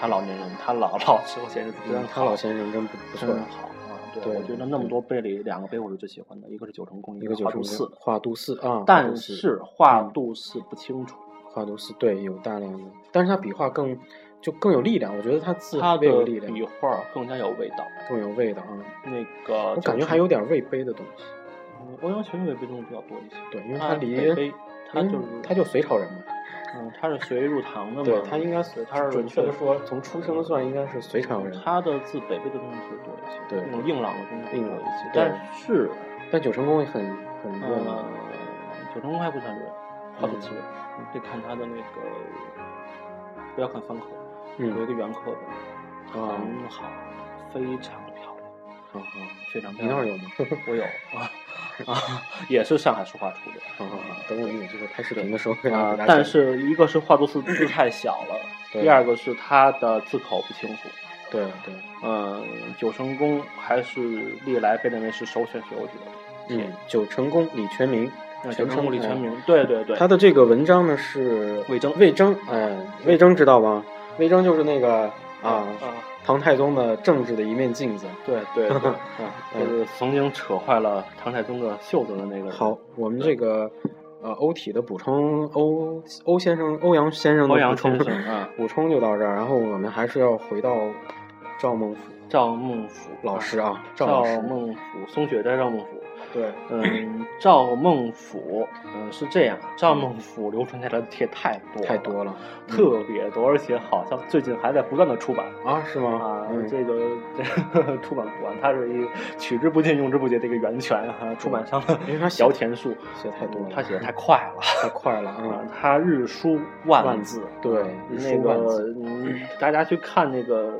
[SPEAKER 2] 他老年人，他老老时候写的字真
[SPEAKER 1] 嗯
[SPEAKER 2] 的
[SPEAKER 1] 他老先生真不不错
[SPEAKER 2] 真，的好啊。
[SPEAKER 1] 对
[SPEAKER 2] 对，我觉得那么多碑里，两个碑我是最喜欢的，一个是九成宫，
[SPEAKER 1] 一个九
[SPEAKER 2] 华
[SPEAKER 1] 十
[SPEAKER 2] 都
[SPEAKER 1] 五
[SPEAKER 2] 寺。
[SPEAKER 1] 画都寺嗯啊，
[SPEAKER 2] 但是画度寺不清楚，
[SPEAKER 1] 画都寺对有大量的，但是他笔画更就更有力量，我觉得他字
[SPEAKER 2] 他
[SPEAKER 1] 特嗯别有
[SPEAKER 2] 的
[SPEAKER 1] 力量，
[SPEAKER 2] 笔画更加有味道。
[SPEAKER 1] 更有味道啊。
[SPEAKER 2] 那个
[SPEAKER 1] 我感觉还有点魏碑的东西，
[SPEAKER 2] 嗯欧阳询问碑中比较多一些，
[SPEAKER 1] 对，因为
[SPEAKER 2] 他
[SPEAKER 1] 离
[SPEAKER 2] 北碑他
[SPEAKER 1] 因为
[SPEAKER 2] 就是
[SPEAKER 1] 啊他就隋朝人嘛，
[SPEAKER 2] 嗯他是学入唐的嘛，
[SPEAKER 1] 对他应该
[SPEAKER 2] 对
[SPEAKER 1] 是
[SPEAKER 2] 他是
[SPEAKER 1] 准确的
[SPEAKER 2] 对
[SPEAKER 1] 说，从出生算应该是隋朝人。
[SPEAKER 2] 他的字北非的东西会多一些，
[SPEAKER 1] 对
[SPEAKER 2] 那种硬朗的东西会多一些。
[SPEAKER 1] 对
[SPEAKER 2] 但是，
[SPEAKER 1] 但九成宫也很很热
[SPEAKER 2] 呃
[SPEAKER 1] 闹，，
[SPEAKER 2] 九成宫还不算热，好几
[SPEAKER 1] 嗯
[SPEAKER 2] 次，得看他的那个，不要看方口，有一
[SPEAKER 1] 嗯，
[SPEAKER 2] 个圆口的，
[SPEAKER 1] 啊
[SPEAKER 2] 很好，非常漂亮，
[SPEAKER 1] 好好，
[SPEAKER 2] 非常漂
[SPEAKER 1] 你那
[SPEAKER 2] 亮。
[SPEAKER 1] 儿有？吗？
[SPEAKER 2] 我有 啊啊，也是上海书画出的。
[SPEAKER 1] 好好好，等我们有这个拍视频的时候给大
[SPEAKER 2] 啊
[SPEAKER 1] 家讲。，
[SPEAKER 2] 但是一个是画作字字太小 了，
[SPEAKER 1] 对
[SPEAKER 2] 第二个是他的字口不清楚。
[SPEAKER 1] 对对，
[SPEAKER 2] 嗯，九成宫还是历来被认为是首选学，我觉得。
[SPEAKER 1] 嗯，九成宫李全民，
[SPEAKER 2] 那
[SPEAKER 1] 全
[SPEAKER 2] 全
[SPEAKER 1] 称
[SPEAKER 2] 称呃李全
[SPEAKER 1] 哎
[SPEAKER 2] 明，对对对，
[SPEAKER 1] 他的这个文章呢是
[SPEAKER 2] 魏征
[SPEAKER 1] 魏征，哎，魏征知道吗？魏征就是那个啊，
[SPEAKER 2] 啊，
[SPEAKER 1] 唐太宗的政治的一面镜子。
[SPEAKER 2] 对 对对，啊，
[SPEAKER 1] 嗯
[SPEAKER 2] 就是曾经扯坏了唐太宗的袖子的那个人。
[SPEAKER 1] 好，，我们这个呃欧体的补充，欧欧先生、欧阳先生的
[SPEAKER 2] 欧阳
[SPEAKER 1] 补充，
[SPEAKER 2] 先生啊
[SPEAKER 1] 补充就到这儿，然后我们还是要回到赵孟俯
[SPEAKER 2] 赵孟俯
[SPEAKER 1] 老师，啊，赵
[SPEAKER 2] 赵
[SPEAKER 1] 老师，
[SPEAKER 2] 孟俯，松雪斋赵孟俯。
[SPEAKER 1] 对，
[SPEAKER 2] 嗯，赵孟俯，嗯，是这样，赵孟俯流传下来的帖太多
[SPEAKER 1] 太多了
[SPEAKER 2] 特别多，而且好像最近还在不断的出版。
[SPEAKER 1] 啊，是吗？
[SPEAKER 2] 啊，
[SPEAKER 1] 嗯，
[SPEAKER 2] 这个这 个出版不完，它是一个取之不尽用之不竭的一个源泉啊，出版商的
[SPEAKER 1] 因为他写
[SPEAKER 2] 摇钱树，
[SPEAKER 1] 写太多了，
[SPEAKER 2] 他写的太快了。
[SPEAKER 1] 太快了啊
[SPEAKER 2] 啊，，他日书万啊
[SPEAKER 1] 万字对日
[SPEAKER 2] 那
[SPEAKER 1] 书万
[SPEAKER 2] 个
[SPEAKER 1] 字
[SPEAKER 2] 嗯，大家去看那个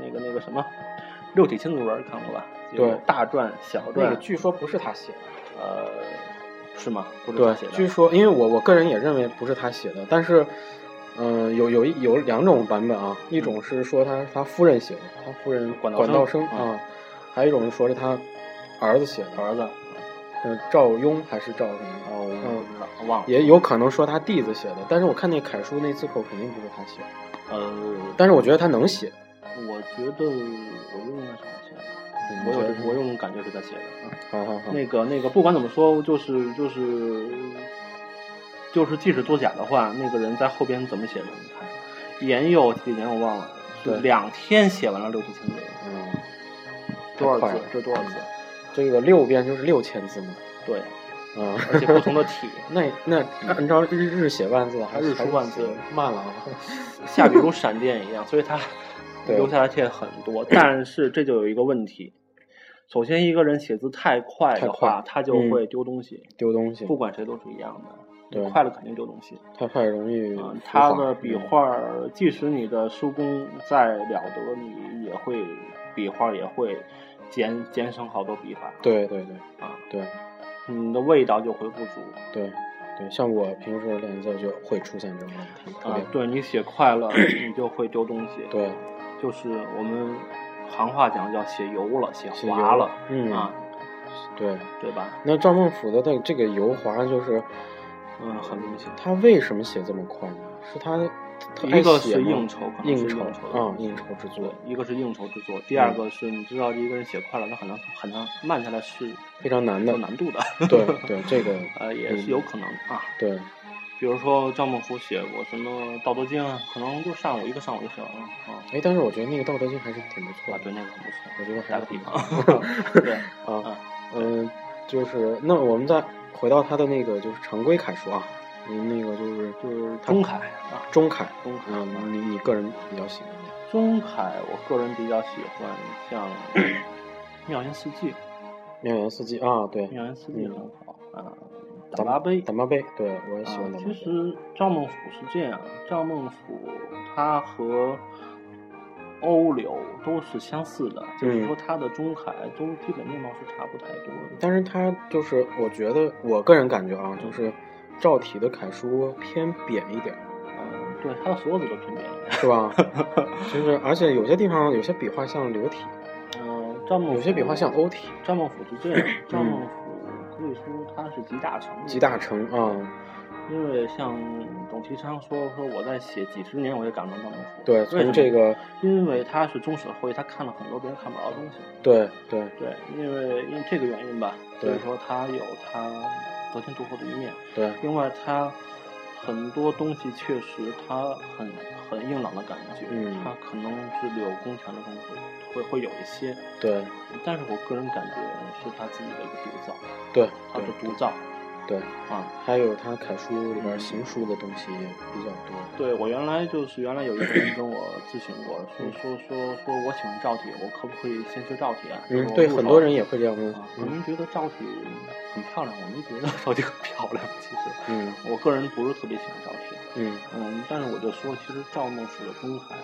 [SPEAKER 2] 那个那个什么《六体千足文》看过吧？
[SPEAKER 1] 对
[SPEAKER 2] 有大篆、小
[SPEAKER 1] 那
[SPEAKER 2] 篆
[SPEAKER 1] 个，据说不是他写的。
[SPEAKER 2] 呃，是吗？不是
[SPEAKER 1] 对
[SPEAKER 2] 他写，的
[SPEAKER 1] 据说，因为我我个人也认为不是他写的，但是，嗯、有有一有两种版本啊，一种是说他他夫人写的，他夫人
[SPEAKER 2] 嗯管道
[SPEAKER 1] 管道
[SPEAKER 2] 生
[SPEAKER 1] 生啊，还有一种说是他儿子写的，
[SPEAKER 2] 儿子，
[SPEAKER 1] 嗯，赵雍还是赵什么
[SPEAKER 2] 哦，我
[SPEAKER 1] 嗯
[SPEAKER 2] 不知道，忘了。
[SPEAKER 1] 也有可能说他弟子写的，但是我看那楷书那字口肯定不是他写的，
[SPEAKER 2] 呃，
[SPEAKER 1] 但是我觉得他能写，
[SPEAKER 2] 我觉得我用的啥写的？
[SPEAKER 1] 嗯
[SPEAKER 2] 我有
[SPEAKER 1] 觉得
[SPEAKER 2] 我有种感觉是他写的啊。
[SPEAKER 1] 好好好，
[SPEAKER 2] 那个那个，不管怎么说，就是就是就是，即使作假的话，那个人在后边怎么写的？你看，言佑几年我忘了，是
[SPEAKER 1] 对
[SPEAKER 2] 两天写完了六七千字，
[SPEAKER 1] 嗯，
[SPEAKER 2] 多
[SPEAKER 1] 太
[SPEAKER 2] 少
[SPEAKER 1] 快
[SPEAKER 2] 字
[SPEAKER 1] 了？
[SPEAKER 2] 这多少字？
[SPEAKER 1] 这个六遍就是六千字嘛，
[SPEAKER 2] 对，
[SPEAKER 1] 啊、
[SPEAKER 2] 而且不同的 体，
[SPEAKER 1] 那那按照日日写万字还
[SPEAKER 2] 日
[SPEAKER 1] 是
[SPEAKER 2] 书万字
[SPEAKER 1] 慢了啊，
[SPEAKER 2] 下笔如闪电一样，所以他
[SPEAKER 1] 对
[SPEAKER 2] 留下来帖很多。但是这就有一个问题，首先一个人写字太快
[SPEAKER 1] 太
[SPEAKER 2] 的
[SPEAKER 1] 快
[SPEAKER 2] 话，他就
[SPEAKER 1] 嗯
[SPEAKER 2] 会丢东西，
[SPEAKER 1] 丢东西，
[SPEAKER 2] 不管谁都是一样的，
[SPEAKER 1] 对
[SPEAKER 2] 你快了肯定丢东西。
[SPEAKER 1] 太快容易
[SPEAKER 2] 啊
[SPEAKER 1] 浮，嗯
[SPEAKER 2] 他
[SPEAKER 1] 华
[SPEAKER 2] 的笔画儿，即使你的书工再了得，你也会笔画儿也会减减省好多笔法
[SPEAKER 1] 对对对
[SPEAKER 2] 啊，
[SPEAKER 1] 对
[SPEAKER 2] 你的味道就回不足
[SPEAKER 1] 对对，像我平时练字就会出现这种问题，特
[SPEAKER 2] 啊
[SPEAKER 1] 别。
[SPEAKER 2] 对你写快了，你就会丢东西。，
[SPEAKER 1] 对
[SPEAKER 2] 就是我们行话讲叫写油了，写
[SPEAKER 1] 写
[SPEAKER 2] 滑
[SPEAKER 1] 油
[SPEAKER 2] 了
[SPEAKER 1] 嗯
[SPEAKER 2] 啊，
[SPEAKER 1] 对。
[SPEAKER 2] 对吧？
[SPEAKER 1] 那赵孟俯的那这个油滑就是，
[SPEAKER 2] 嗯，很明显。
[SPEAKER 1] 他为什么写这么快呢？是他他爱
[SPEAKER 2] 一个
[SPEAKER 1] 写
[SPEAKER 2] 是
[SPEAKER 1] 吗
[SPEAKER 2] 应酬，可能是
[SPEAKER 1] 应酬
[SPEAKER 2] 酬的
[SPEAKER 1] 啊
[SPEAKER 2] 东，西
[SPEAKER 1] 应酬之
[SPEAKER 2] 对
[SPEAKER 1] 作，，
[SPEAKER 2] 一个是应酬之作，第二
[SPEAKER 1] 嗯
[SPEAKER 2] 个是你知道一个人写快了，他很难很难慢下来是
[SPEAKER 1] 非常难的
[SPEAKER 2] 有。难度的。
[SPEAKER 1] 对对，这个 嗯
[SPEAKER 2] 呃，也是有可能的啊。
[SPEAKER 1] 对
[SPEAKER 2] 比如说赵孟頫写过什么《道德经》啊，可能就上午一个上午就写完了啊。
[SPEAKER 1] 哎，但是我觉得那个《道德经》还是挺不错
[SPEAKER 2] 啊，
[SPEAKER 1] 的。
[SPEAKER 2] 对，那个很不错。
[SPEAKER 1] 我觉得
[SPEAKER 2] 打
[SPEAKER 1] 还
[SPEAKER 2] 个
[SPEAKER 1] 是
[SPEAKER 2] 比
[SPEAKER 1] 挺
[SPEAKER 2] 方
[SPEAKER 1] 好，
[SPEAKER 2] 对，
[SPEAKER 1] 嗯啊，嗯，就是那我们再回到他的那个就是常规楷书啊，您那个 就是
[SPEAKER 2] 就是钟凯啊，
[SPEAKER 1] 钟凯，
[SPEAKER 2] 钟凯
[SPEAKER 1] 啊，你你个人比较喜欢的，
[SPEAKER 2] 钟凯，我个人比较喜欢像妙言四季，
[SPEAKER 1] 妙言四季啊，对，
[SPEAKER 2] 妙言四季很好啊，
[SPEAKER 1] 打
[SPEAKER 2] 打麻杯
[SPEAKER 1] 打麻杯，对我也喜
[SPEAKER 2] 啊
[SPEAKER 1] 欢打，麻
[SPEAKER 2] 其
[SPEAKER 1] 杯。
[SPEAKER 2] 实赵孟俯是这样，赵孟俯他和欧柳都是相似的，就是说他的中凯都基本面貌是差不太多的。
[SPEAKER 1] 嗯但是他就是，我觉得我个人感觉啊，就是赵体的楷书偏扁一点，
[SPEAKER 2] 嗯，对，他的所有的都偏扁一点。
[SPEAKER 1] 是吧？ 就是而且有些地方有些笔画像流体，
[SPEAKER 2] 嗯，赵孟
[SPEAKER 1] 有些笔画像
[SPEAKER 2] 欧。
[SPEAKER 1] 欧体，
[SPEAKER 2] 赵孟俯是这 样，赵孟俯可以说他是集大成的，
[SPEAKER 1] 集大成啊，
[SPEAKER 2] 因为像董其昌说说我在写几十年，我也感动到孟虎。
[SPEAKER 1] 对，
[SPEAKER 2] 为什
[SPEAKER 1] 从
[SPEAKER 2] 么
[SPEAKER 1] 这，个，
[SPEAKER 2] 因为他是中舍会，他看了很多别人看不着的东西。
[SPEAKER 1] 对对，
[SPEAKER 2] 对，因为因为这个原因吧，所
[SPEAKER 1] 对
[SPEAKER 2] 以说他有他得天独厚的一面。
[SPEAKER 1] 对，
[SPEAKER 2] 另外，他很多东西确实他很很硬朗的感觉，
[SPEAKER 1] 嗯
[SPEAKER 2] 他可能是柳工强的东西会会有一些，
[SPEAKER 1] 对，
[SPEAKER 2] 但是我个人感觉是他自己的一个独造，
[SPEAKER 1] 对，
[SPEAKER 2] 他
[SPEAKER 1] 对
[SPEAKER 2] 的，独造
[SPEAKER 1] 对，
[SPEAKER 2] 啊。
[SPEAKER 1] 还有他楷书里边行书的东西也比较多，
[SPEAKER 2] 对我原来就是原来有一个人跟我咨询过，说
[SPEAKER 1] 嗯
[SPEAKER 2] 说说说我喜欢赵体，我可不可以先学赵体啊？
[SPEAKER 1] 嗯
[SPEAKER 2] 说，我
[SPEAKER 1] 对，
[SPEAKER 2] 入
[SPEAKER 1] 很
[SPEAKER 2] 手
[SPEAKER 1] 多人也会这样问
[SPEAKER 2] 啊，，可
[SPEAKER 1] 嗯
[SPEAKER 2] 能觉得赵体很漂亮，我没觉得赵体很漂亮。其实
[SPEAKER 1] 嗯
[SPEAKER 2] 我个人不是特别喜欢赵体，
[SPEAKER 1] 嗯，
[SPEAKER 2] 嗯，但是我就说，其实赵孟俯的中楷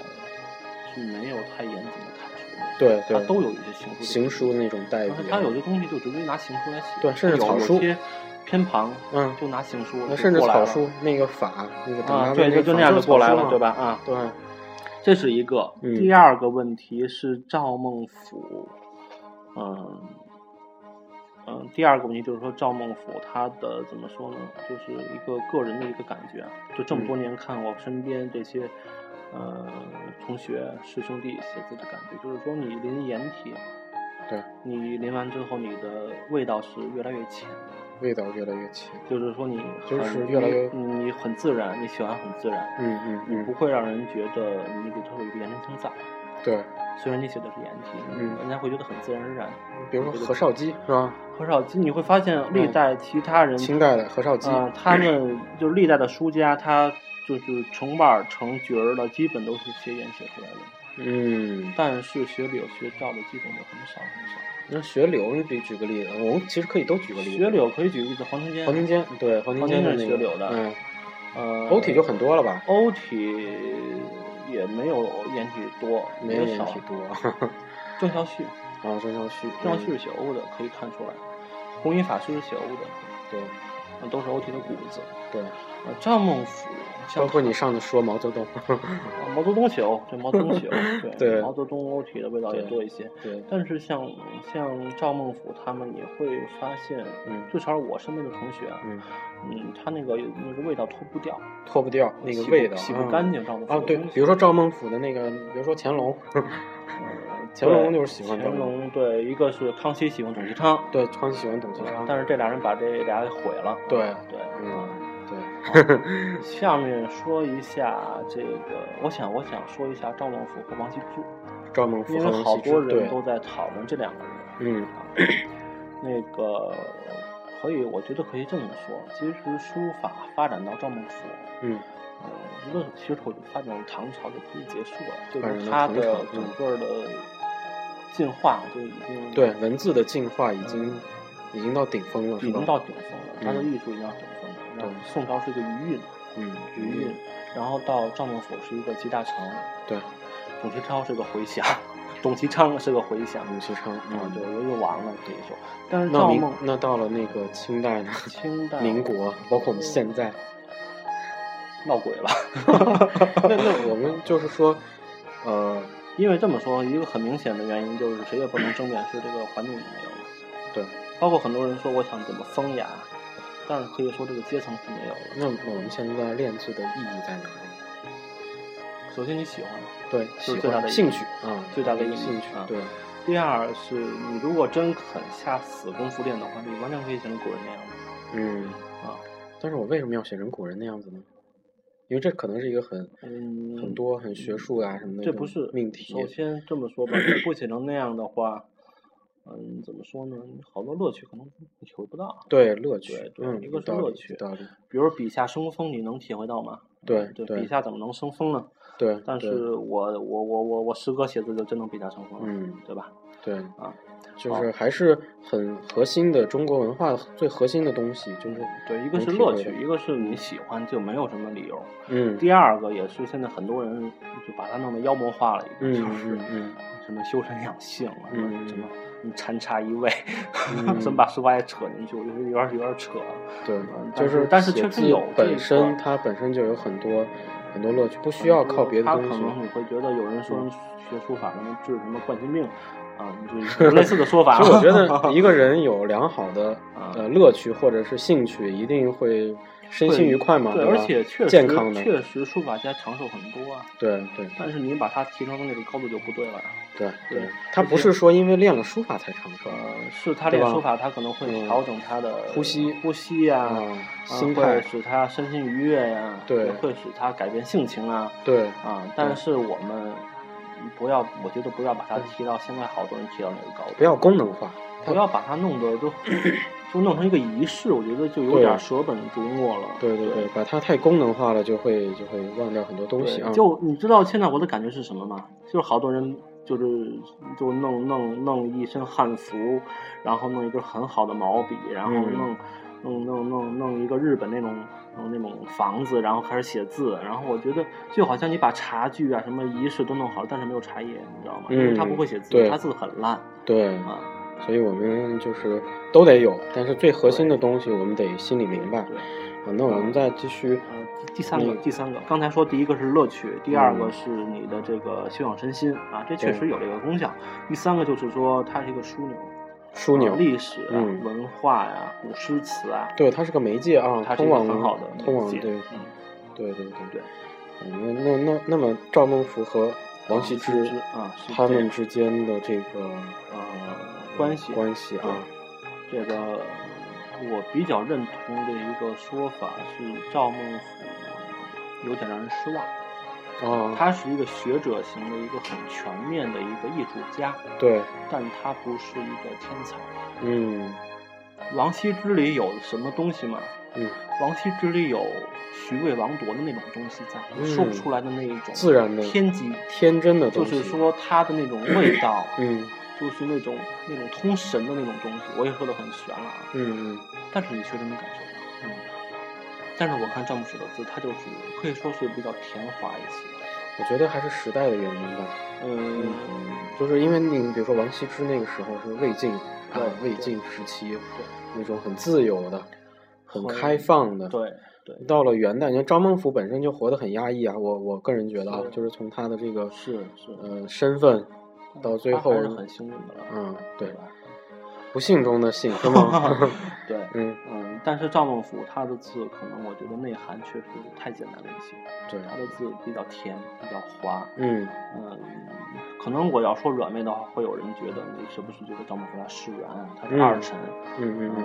[SPEAKER 2] 是没有太严谨的楷书的，
[SPEAKER 1] 对
[SPEAKER 2] 它
[SPEAKER 1] 对，
[SPEAKER 2] 都有一些行书的
[SPEAKER 1] 行书那种啊待遇
[SPEAKER 2] 但是，它有些东西就直接拿行书来写，
[SPEAKER 1] 对甚至
[SPEAKER 2] 有
[SPEAKER 1] 草
[SPEAKER 2] 有
[SPEAKER 1] 书
[SPEAKER 2] 些偏旁
[SPEAKER 1] 嗯
[SPEAKER 2] 就拿行书
[SPEAKER 1] 那
[SPEAKER 2] 就
[SPEAKER 1] 甚至
[SPEAKER 2] 过来
[SPEAKER 1] 草
[SPEAKER 2] 了
[SPEAKER 1] 书那个法那个等
[SPEAKER 2] 啊，
[SPEAKER 1] 他
[SPEAKER 2] 对，
[SPEAKER 1] 们
[SPEAKER 2] 就就那样就过来了，对
[SPEAKER 1] 吧？
[SPEAKER 2] 吧？啊，
[SPEAKER 1] 对，
[SPEAKER 2] 这是一个。
[SPEAKER 1] 嗯
[SPEAKER 2] 第二个问题是赵孟俯，嗯嗯，第二个问题就是说赵孟俯他的怎么说呢？就是一个个人的一个感觉啊。就这么
[SPEAKER 1] 嗯
[SPEAKER 2] 多年看我身边这些呃同学师兄弟写字的感觉，就是说你临颜体，
[SPEAKER 1] 对，
[SPEAKER 2] 你临完之后你的味道是越来越浅的，
[SPEAKER 1] 味道越来越浅。
[SPEAKER 2] 就是说你
[SPEAKER 1] 就
[SPEAKER 2] 很
[SPEAKER 1] 是越来越
[SPEAKER 2] 你你很自然，你喜欢很自然。
[SPEAKER 1] 嗯嗯
[SPEAKER 2] 你不
[SPEAKER 1] 嗯，
[SPEAKER 2] 会让人觉得你给他有一个颜值称赞，
[SPEAKER 1] 对，
[SPEAKER 2] 虽然你写的是颜体，
[SPEAKER 1] 嗯
[SPEAKER 2] 人家会觉得很自然而然。
[SPEAKER 1] 比如说何绍基是吧？
[SPEAKER 2] 何绍基，你会发现历代其他人，
[SPEAKER 1] 嗯清代的何绍基，
[SPEAKER 2] 嗯啊、他们就是历代的书家，他就是成腕儿成角儿的，基本都是写颜写出来的。
[SPEAKER 1] 嗯，
[SPEAKER 2] 但是学柳学赵的基本就很少很少。
[SPEAKER 1] 那学柳，你比举个例子，我们其实可以都举个例子。
[SPEAKER 2] 学柳可以举个例子，黄庭坚，
[SPEAKER 1] 黄庭坚，对，黄庭坚的
[SPEAKER 2] 黄庭坚是
[SPEAKER 1] 那
[SPEAKER 2] 学柳
[SPEAKER 1] 个，
[SPEAKER 2] 的
[SPEAKER 1] 嗯，
[SPEAKER 2] 呃，
[SPEAKER 1] 欧体就很多了吧？
[SPEAKER 2] 欧体也没有颜体呃多，
[SPEAKER 1] 没有
[SPEAKER 2] 有
[SPEAKER 1] 颜
[SPEAKER 2] 少
[SPEAKER 1] 体。多， 啊，
[SPEAKER 2] 郑孝胥，
[SPEAKER 1] 郑孝胥，
[SPEAKER 2] 郑孝胥是写欧的，可以看出来。弘一法师是写欧的，
[SPEAKER 1] 嗯，对
[SPEAKER 2] 那都是欧体的骨子。
[SPEAKER 1] 对，
[SPEAKER 2] 呃，赵孟俯，像
[SPEAKER 1] 包括你上次说毛泽东，
[SPEAKER 2] 啊毛泽东写欧，对毛泽东 写欧，
[SPEAKER 1] 对
[SPEAKER 2] 毛泽东欧体的味道也多一些。
[SPEAKER 1] 对，
[SPEAKER 2] 但是像像赵孟俯他们，你会发现，
[SPEAKER 1] 嗯
[SPEAKER 2] 至少我身边的同学啊，
[SPEAKER 1] 嗯，
[SPEAKER 2] 嗯，他那个那个味道脱不掉，
[SPEAKER 1] 脱不掉那个
[SPEAKER 2] 洗不
[SPEAKER 1] 味道，
[SPEAKER 2] 洗不
[SPEAKER 1] 嗯
[SPEAKER 2] 干净赵孟俯
[SPEAKER 1] 啊，
[SPEAKER 2] 的
[SPEAKER 1] 对，
[SPEAKER 2] 东西
[SPEAKER 1] 比如说赵孟俯的那个，比如说乾 隆，
[SPEAKER 2] 呃
[SPEAKER 1] 乾隆
[SPEAKER 2] 对
[SPEAKER 1] 就是喜欢赵
[SPEAKER 2] 乾
[SPEAKER 1] 孟
[SPEAKER 2] 隆，对，一个是康熙喜欢董其昌，
[SPEAKER 1] 对，川喜欢董其昌，
[SPEAKER 2] 但是这俩人把这俩给毁了，
[SPEAKER 1] 对，
[SPEAKER 2] 对，啊
[SPEAKER 1] 嗯，对，
[SPEAKER 2] 下面说一下这个，我想我想说一下赵孟俯和王羲之，
[SPEAKER 1] 赵孟俯
[SPEAKER 2] 因
[SPEAKER 1] 和
[SPEAKER 2] 为
[SPEAKER 1] 王
[SPEAKER 2] 好
[SPEAKER 1] 羲之
[SPEAKER 2] 多
[SPEAKER 1] 对
[SPEAKER 2] 人都在讨论这两个人。
[SPEAKER 1] 嗯
[SPEAKER 2] 啊那个可以，我觉得可以这么说，其实书法发展到赵孟俯，
[SPEAKER 1] 嗯
[SPEAKER 2] 呃，无论其实我觉得发展到唐朝就可以结束了，就
[SPEAKER 1] 发展
[SPEAKER 2] 是
[SPEAKER 1] 到
[SPEAKER 2] 它
[SPEAKER 1] 唐
[SPEAKER 2] 的
[SPEAKER 1] 朝
[SPEAKER 2] 整
[SPEAKER 1] 嗯
[SPEAKER 2] 个的进化就已经
[SPEAKER 1] 对，文字的进化已经、已经到顶峰了，是
[SPEAKER 2] 已
[SPEAKER 1] 吧
[SPEAKER 2] 经到顶峰了，它的
[SPEAKER 1] 嗯
[SPEAKER 2] 艺术已经到顶峰了。然后
[SPEAKER 1] 对
[SPEAKER 2] 宋朝是一个余韵，
[SPEAKER 1] 嗯
[SPEAKER 2] 余韵，然后到赵孟俯是一个集大成。
[SPEAKER 1] 对，
[SPEAKER 2] 董其昌是个回响，董其昌是个回响，
[SPEAKER 1] 董其昌
[SPEAKER 2] 啊，对，
[SPEAKER 1] 对。
[SPEAKER 2] 我觉得完了这一首。但是
[SPEAKER 1] 嗯那
[SPEAKER 2] 赵
[SPEAKER 1] 明
[SPEAKER 2] 孟
[SPEAKER 1] 那到了那个清代呢？
[SPEAKER 2] 清代嗯
[SPEAKER 1] 民国，包括我们现在，
[SPEAKER 2] 闹鬼 了，
[SPEAKER 1] 那那我们就是说，呃，
[SPEAKER 2] 因为这么说，一个很明显的原因就是谁也不能争辩说这个环境里没有了，
[SPEAKER 1] 对，
[SPEAKER 2] 包括很多人说我想怎么风雅，但是可以说这个阶层是没有了。
[SPEAKER 1] 那我们现在练字的意义在哪里？
[SPEAKER 2] 首先你喜欢，
[SPEAKER 1] 对，
[SPEAKER 2] 是
[SPEAKER 1] 喜
[SPEAKER 2] 最大
[SPEAKER 1] 欢
[SPEAKER 2] 的意义
[SPEAKER 1] 兴趣啊，
[SPEAKER 2] 最大的意义
[SPEAKER 1] 兴趣
[SPEAKER 2] 啊，
[SPEAKER 1] 对，
[SPEAKER 2] 第二是你如果真肯下死功夫练的话，你完全可以写成古人那样子
[SPEAKER 1] 嗯。
[SPEAKER 2] 啊，
[SPEAKER 1] 但是我为什么要写成古人那样子呢？因为这可能是一个很
[SPEAKER 2] 嗯，
[SPEAKER 1] 很多很学术啊什么的
[SPEAKER 2] 这
[SPEAKER 1] 种
[SPEAKER 2] 不是
[SPEAKER 1] 命题。
[SPEAKER 2] 首先这么说吧，你不写成那样的话，嗯，怎么说呢？好多乐趣可能你体会不到。
[SPEAKER 1] 对乐趣
[SPEAKER 2] 对，对
[SPEAKER 1] 嗯，
[SPEAKER 2] 一个
[SPEAKER 1] 有
[SPEAKER 2] 是
[SPEAKER 1] 道
[SPEAKER 2] 乐
[SPEAKER 1] 理
[SPEAKER 2] 趣
[SPEAKER 1] 有道理，
[SPEAKER 2] 比如笔下生风，你能体会到吗？
[SPEAKER 1] 对
[SPEAKER 2] 嗯对，
[SPEAKER 1] 对
[SPEAKER 2] 笔下怎么能生风呢？
[SPEAKER 1] 对，
[SPEAKER 2] 但
[SPEAKER 1] 对
[SPEAKER 2] 是我我我我我诗歌写字就真能笔下生风了，
[SPEAKER 1] 嗯，
[SPEAKER 2] 对吧？
[SPEAKER 1] 对
[SPEAKER 2] 啊，
[SPEAKER 1] 就是还是很核心的中国文化最核心的东西，就是
[SPEAKER 2] 对，一个是
[SPEAKER 1] 能体
[SPEAKER 2] 乐
[SPEAKER 1] 会
[SPEAKER 2] 趣
[SPEAKER 1] 到，
[SPEAKER 2] 一个是你喜欢就没有什么理由。
[SPEAKER 1] 嗯
[SPEAKER 2] 第二个也是现在很多人就把它弄得妖魔化了，已经
[SPEAKER 1] 嗯
[SPEAKER 2] 就是
[SPEAKER 1] 嗯嗯
[SPEAKER 2] 什么修身养性啊，什
[SPEAKER 1] 嗯
[SPEAKER 2] 么什么禅茶一味，
[SPEAKER 1] 嗯
[SPEAKER 2] 真把书法也扯进去，我觉得有点有点扯。
[SPEAKER 1] 对
[SPEAKER 2] 嗯，
[SPEAKER 1] 就
[SPEAKER 2] 但是
[SPEAKER 1] 是
[SPEAKER 2] 但是
[SPEAKER 1] 写
[SPEAKER 2] 确实
[SPEAKER 1] 字
[SPEAKER 2] 有这一
[SPEAKER 1] 本
[SPEAKER 2] 块
[SPEAKER 1] 身
[SPEAKER 2] 儿
[SPEAKER 1] 它本身就有很多很多乐趣，不需要靠别的
[SPEAKER 2] 他
[SPEAKER 1] 东
[SPEAKER 2] 可能
[SPEAKER 1] 西。
[SPEAKER 2] 你会觉得有人说学书法能治什么冠心病啊，就是有类似的说 法。
[SPEAKER 1] 其实我觉 得一个人有良好的
[SPEAKER 2] 啊
[SPEAKER 1] 呃乐趣或者是兴趣，一定会身心愉快嘛，
[SPEAKER 2] 对，
[SPEAKER 1] 吧
[SPEAKER 2] 而且确实
[SPEAKER 1] 健康的，
[SPEAKER 2] 确实书法家长寿很多啊，
[SPEAKER 1] 对对
[SPEAKER 2] 但是你把它提升到那个高度就不对了呀。
[SPEAKER 1] 对
[SPEAKER 2] 对
[SPEAKER 1] 对，他不是说因为练了书法才长寿，
[SPEAKER 2] 呃，是他
[SPEAKER 1] 对
[SPEAKER 2] 练
[SPEAKER 1] 吧
[SPEAKER 2] 书法，他可能会
[SPEAKER 1] 嗯
[SPEAKER 2] 调整他的
[SPEAKER 1] 呼吸
[SPEAKER 2] 呼吸呀、
[SPEAKER 1] 啊
[SPEAKER 2] 啊，
[SPEAKER 1] 心
[SPEAKER 2] 会
[SPEAKER 1] 态
[SPEAKER 2] 使他身心愉悦呀、
[SPEAKER 1] 对
[SPEAKER 2] 也会使他改变性情啊
[SPEAKER 1] 对嗯
[SPEAKER 2] 啊。但是我们不要，我觉得不要把它提到现在好多人提到那个高度，
[SPEAKER 1] 不要功能化，
[SPEAKER 2] 不要把它弄得 都就弄成一个仪式，我觉得就有点舍本逐末了。
[SPEAKER 1] 对对对，把它太功能化了，就会就会忘掉很多东西啊
[SPEAKER 2] 对，。就你知道现在我的感觉是什么吗？就是好多人就是就弄弄弄一身汉服，然后弄一根很好的毛笔，然后
[SPEAKER 1] 嗯
[SPEAKER 2] 弄、弄弄弄弄一个日本那种弄那种房子，然后开始写字。然后我觉得就好像你把茶具啊什么仪式都弄好了，但是没有茶叶，你知道吗？因为他不会写字，
[SPEAKER 1] 嗯对
[SPEAKER 2] 他字很烂
[SPEAKER 1] 对，
[SPEAKER 2] 啊。
[SPEAKER 1] 所以我们就是都得有，但是最核心的东西我们得心里明白。
[SPEAKER 2] 对，
[SPEAKER 1] 啊，那我们再继续，
[SPEAKER 2] 呃，第三个，
[SPEAKER 1] 嗯
[SPEAKER 2] 第三个，刚才说第一个是乐趣，第二个是你的这个休养身心啊，这确实有这个功效。第三个就是说它是一个枢纽，
[SPEAKER 1] 枢纽
[SPEAKER 2] 呃历史啊、
[SPEAKER 1] 嗯
[SPEAKER 2] 文化呀、古诗词啊，
[SPEAKER 1] 对，它是个媒介啊，
[SPEAKER 2] 它是一
[SPEAKER 1] 通
[SPEAKER 2] 个
[SPEAKER 1] 往
[SPEAKER 2] 很好的
[SPEAKER 1] 通往
[SPEAKER 2] 媒介
[SPEAKER 1] 对
[SPEAKER 2] 嗯
[SPEAKER 1] 对对对
[SPEAKER 2] 对。
[SPEAKER 1] 嗯那那那那么赵孟頫和王羲之
[SPEAKER 2] 之啊是
[SPEAKER 1] 他
[SPEAKER 2] 这
[SPEAKER 1] 们
[SPEAKER 2] 样
[SPEAKER 1] 之间的这个
[SPEAKER 2] 呃关系
[SPEAKER 1] 关系啊，
[SPEAKER 2] 这个我比较认同的一个说法是赵孟頫有点让人失望，
[SPEAKER 1] 啊，
[SPEAKER 2] 他是一个学者型的一个很全面的一个艺术家，
[SPEAKER 1] 对，
[SPEAKER 2] 但他不是一个天才。
[SPEAKER 1] 嗯
[SPEAKER 2] 王羲之里有什么东西吗？
[SPEAKER 1] 嗯，
[SPEAKER 2] 王羲之里有徐渭王铎的那种东西在，
[SPEAKER 1] 嗯
[SPEAKER 2] 说不出来的那一种
[SPEAKER 1] 自然的
[SPEAKER 2] 天机，
[SPEAKER 1] 天真的
[SPEAKER 2] 就
[SPEAKER 1] 东西，
[SPEAKER 2] 是说它的那种味道，
[SPEAKER 1] 嗯
[SPEAKER 2] 就是那种那种通神的那种东西。我也说的很玄了啊，
[SPEAKER 1] 嗯嗯
[SPEAKER 2] 但是你确实能感受到。嗯，但是我看张牧师的字，他就是可以说是比较甜滑一些。
[SPEAKER 1] 我觉得还是时代的原因吧。
[SPEAKER 2] 嗯，
[SPEAKER 1] 就是因为你比如说王羲之那个时候是魏晋啊
[SPEAKER 2] 对
[SPEAKER 1] 魏晋时期那种很自由的、很
[SPEAKER 2] 很
[SPEAKER 1] 开放的。
[SPEAKER 2] 对对
[SPEAKER 1] 到了元代，你看张孟頫本身就活得很压抑啊，我我个人觉得啊
[SPEAKER 2] 是，
[SPEAKER 1] 就是从他的这个
[SPEAKER 2] 是是
[SPEAKER 1] 呃身份到最后
[SPEAKER 2] 他还是很幸运的了。
[SPEAKER 1] 嗯对
[SPEAKER 2] 吧？
[SPEAKER 1] 不幸中的幸是 吗？
[SPEAKER 2] 对。
[SPEAKER 1] 嗯，
[SPEAKER 2] 嗯，但是赵孟頫他的字可能我觉得内涵确实太简单了一些，
[SPEAKER 1] 对，
[SPEAKER 2] 他的字比较甜，比较滑。
[SPEAKER 1] 嗯
[SPEAKER 2] 嗯，可能我要说软妹的话，会有人觉得你是不是觉得赵孟頫他释然啊，他是
[SPEAKER 1] 嗯
[SPEAKER 2] 二臣？
[SPEAKER 1] 嗯嗯嗯，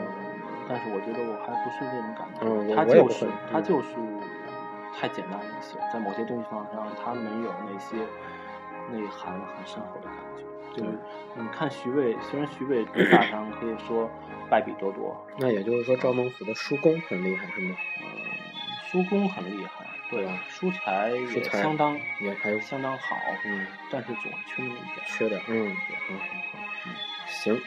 [SPEAKER 2] 但是我觉得我还不是这种感觉，
[SPEAKER 1] 嗯我
[SPEAKER 2] 他
[SPEAKER 1] 我也
[SPEAKER 2] 就
[SPEAKER 1] 不
[SPEAKER 2] 是
[SPEAKER 1] 会
[SPEAKER 2] 他
[SPEAKER 1] 嗯
[SPEAKER 2] 就是太简单了一些，在某些东西方上他没有那些内涵很深厚的感觉。就是你看徐渭，虽然徐渭笔法上可以说败笔多多，
[SPEAKER 1] 那也就是说赵孟頫的叔公很厉害是吗？
[SPEAKER 2] 嗯，叔公很厉害，对吧？书才
[SPEAKER 1] 书
[SPEAKER 2] 也
[SPEAKER 1] 才
[SPEAKER 2] 相当
[SPEAKER 1] 也还
[SPEAKER 2] 相当好，
[SPEAKER 1] 嗯。
[SPEAKER 2] 但是总缺那么一点。
[SPEAKER 1] 缺点儿。嗯，好好好，行，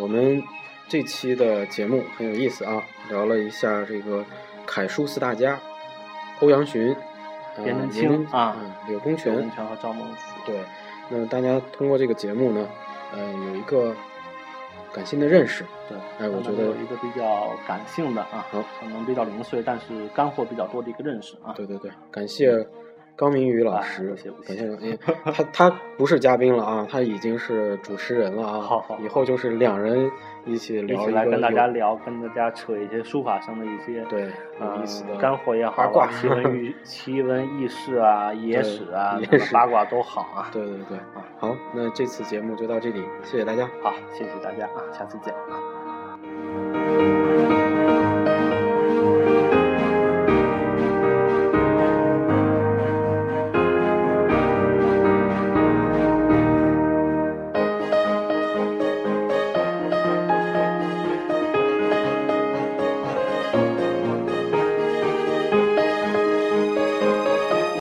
[SPEAKER 1] 我们这期的节目很有意思啊，聊了一下这个楷书四大家，欧阳询、呃
[SPEAKER 2] 颜真
[SPEAKER 1] 颜
[SPEAKER 2] 卿啊
[SPEAKER 1] 嗯柳公
[SPEAKER 2] 柳
[SPEAKER 1] 权
[SPEAKER 2] 文。泉和赵孟頫，
[SPEAKER 1] 对，那么大家通过这个节目呢，呃，有一个感性的认识。
[SPEAKER 2] 对，
[SPEAKER 1] 哎我
[SPEAKER 2] 让
[SPEAKER 1] 觉
[SPEAKER 2] 他们
[SPEAKER 1] 得
[SPEAKER 2] 有一个比较感性的啊，
[SPEAKER 1] 好
[SPEAKER 2] 可能比较零碎，但是干货比较多的一个认识啊。
[SPEAKER 1] 对对对，感谢高明宇老
[SPEAKER 2] 啊
[SPEAKER 1] 师
[SPEAKER 2] 不谢不，谢
[SPEAKER 1] 感谢老师，哎他他不是嘉宾了啊，他已经是主持人了啊。
[SPEAKER 2] 好好
[SPEAKER 1] 以后就是两人一起
[SPEAKER 2] 一
[SPEAKER 1] 聊
[SPEAKER 2] 起
[SPEAKER 1] 个
[SPEAKER 2] 来跟大
[SPEAKER 1] 有
[SPEAKER 2] 家聊，跟大家扯一些书法上的一些
[SPEAKER 1] 对有
[SPEAKER 2] 嗯
[SPEAKER 1] 意思的
[SPEAKER 2] 干货也好
[SPEAKER 1] 八
[SPEAKER 2] 啊，
[SPEAKER 1] 卦
[SPEAKER 2] 奇闻 异奇闻异事啊、野
[SPEAKER 1] 对
[SPEAKER 2] 史啊、
[SPEAKER 1] 野
[SPEAKER 2] 什么
[SPEAKER 1] 史
[SPEAKER 2] 八卦都好啊。
[SPEAKER 1] 对对对，好，那这次节目就到这里，谢谢大家。
[SPEAKER 2] 好，谢谢大家啊，下次见啊。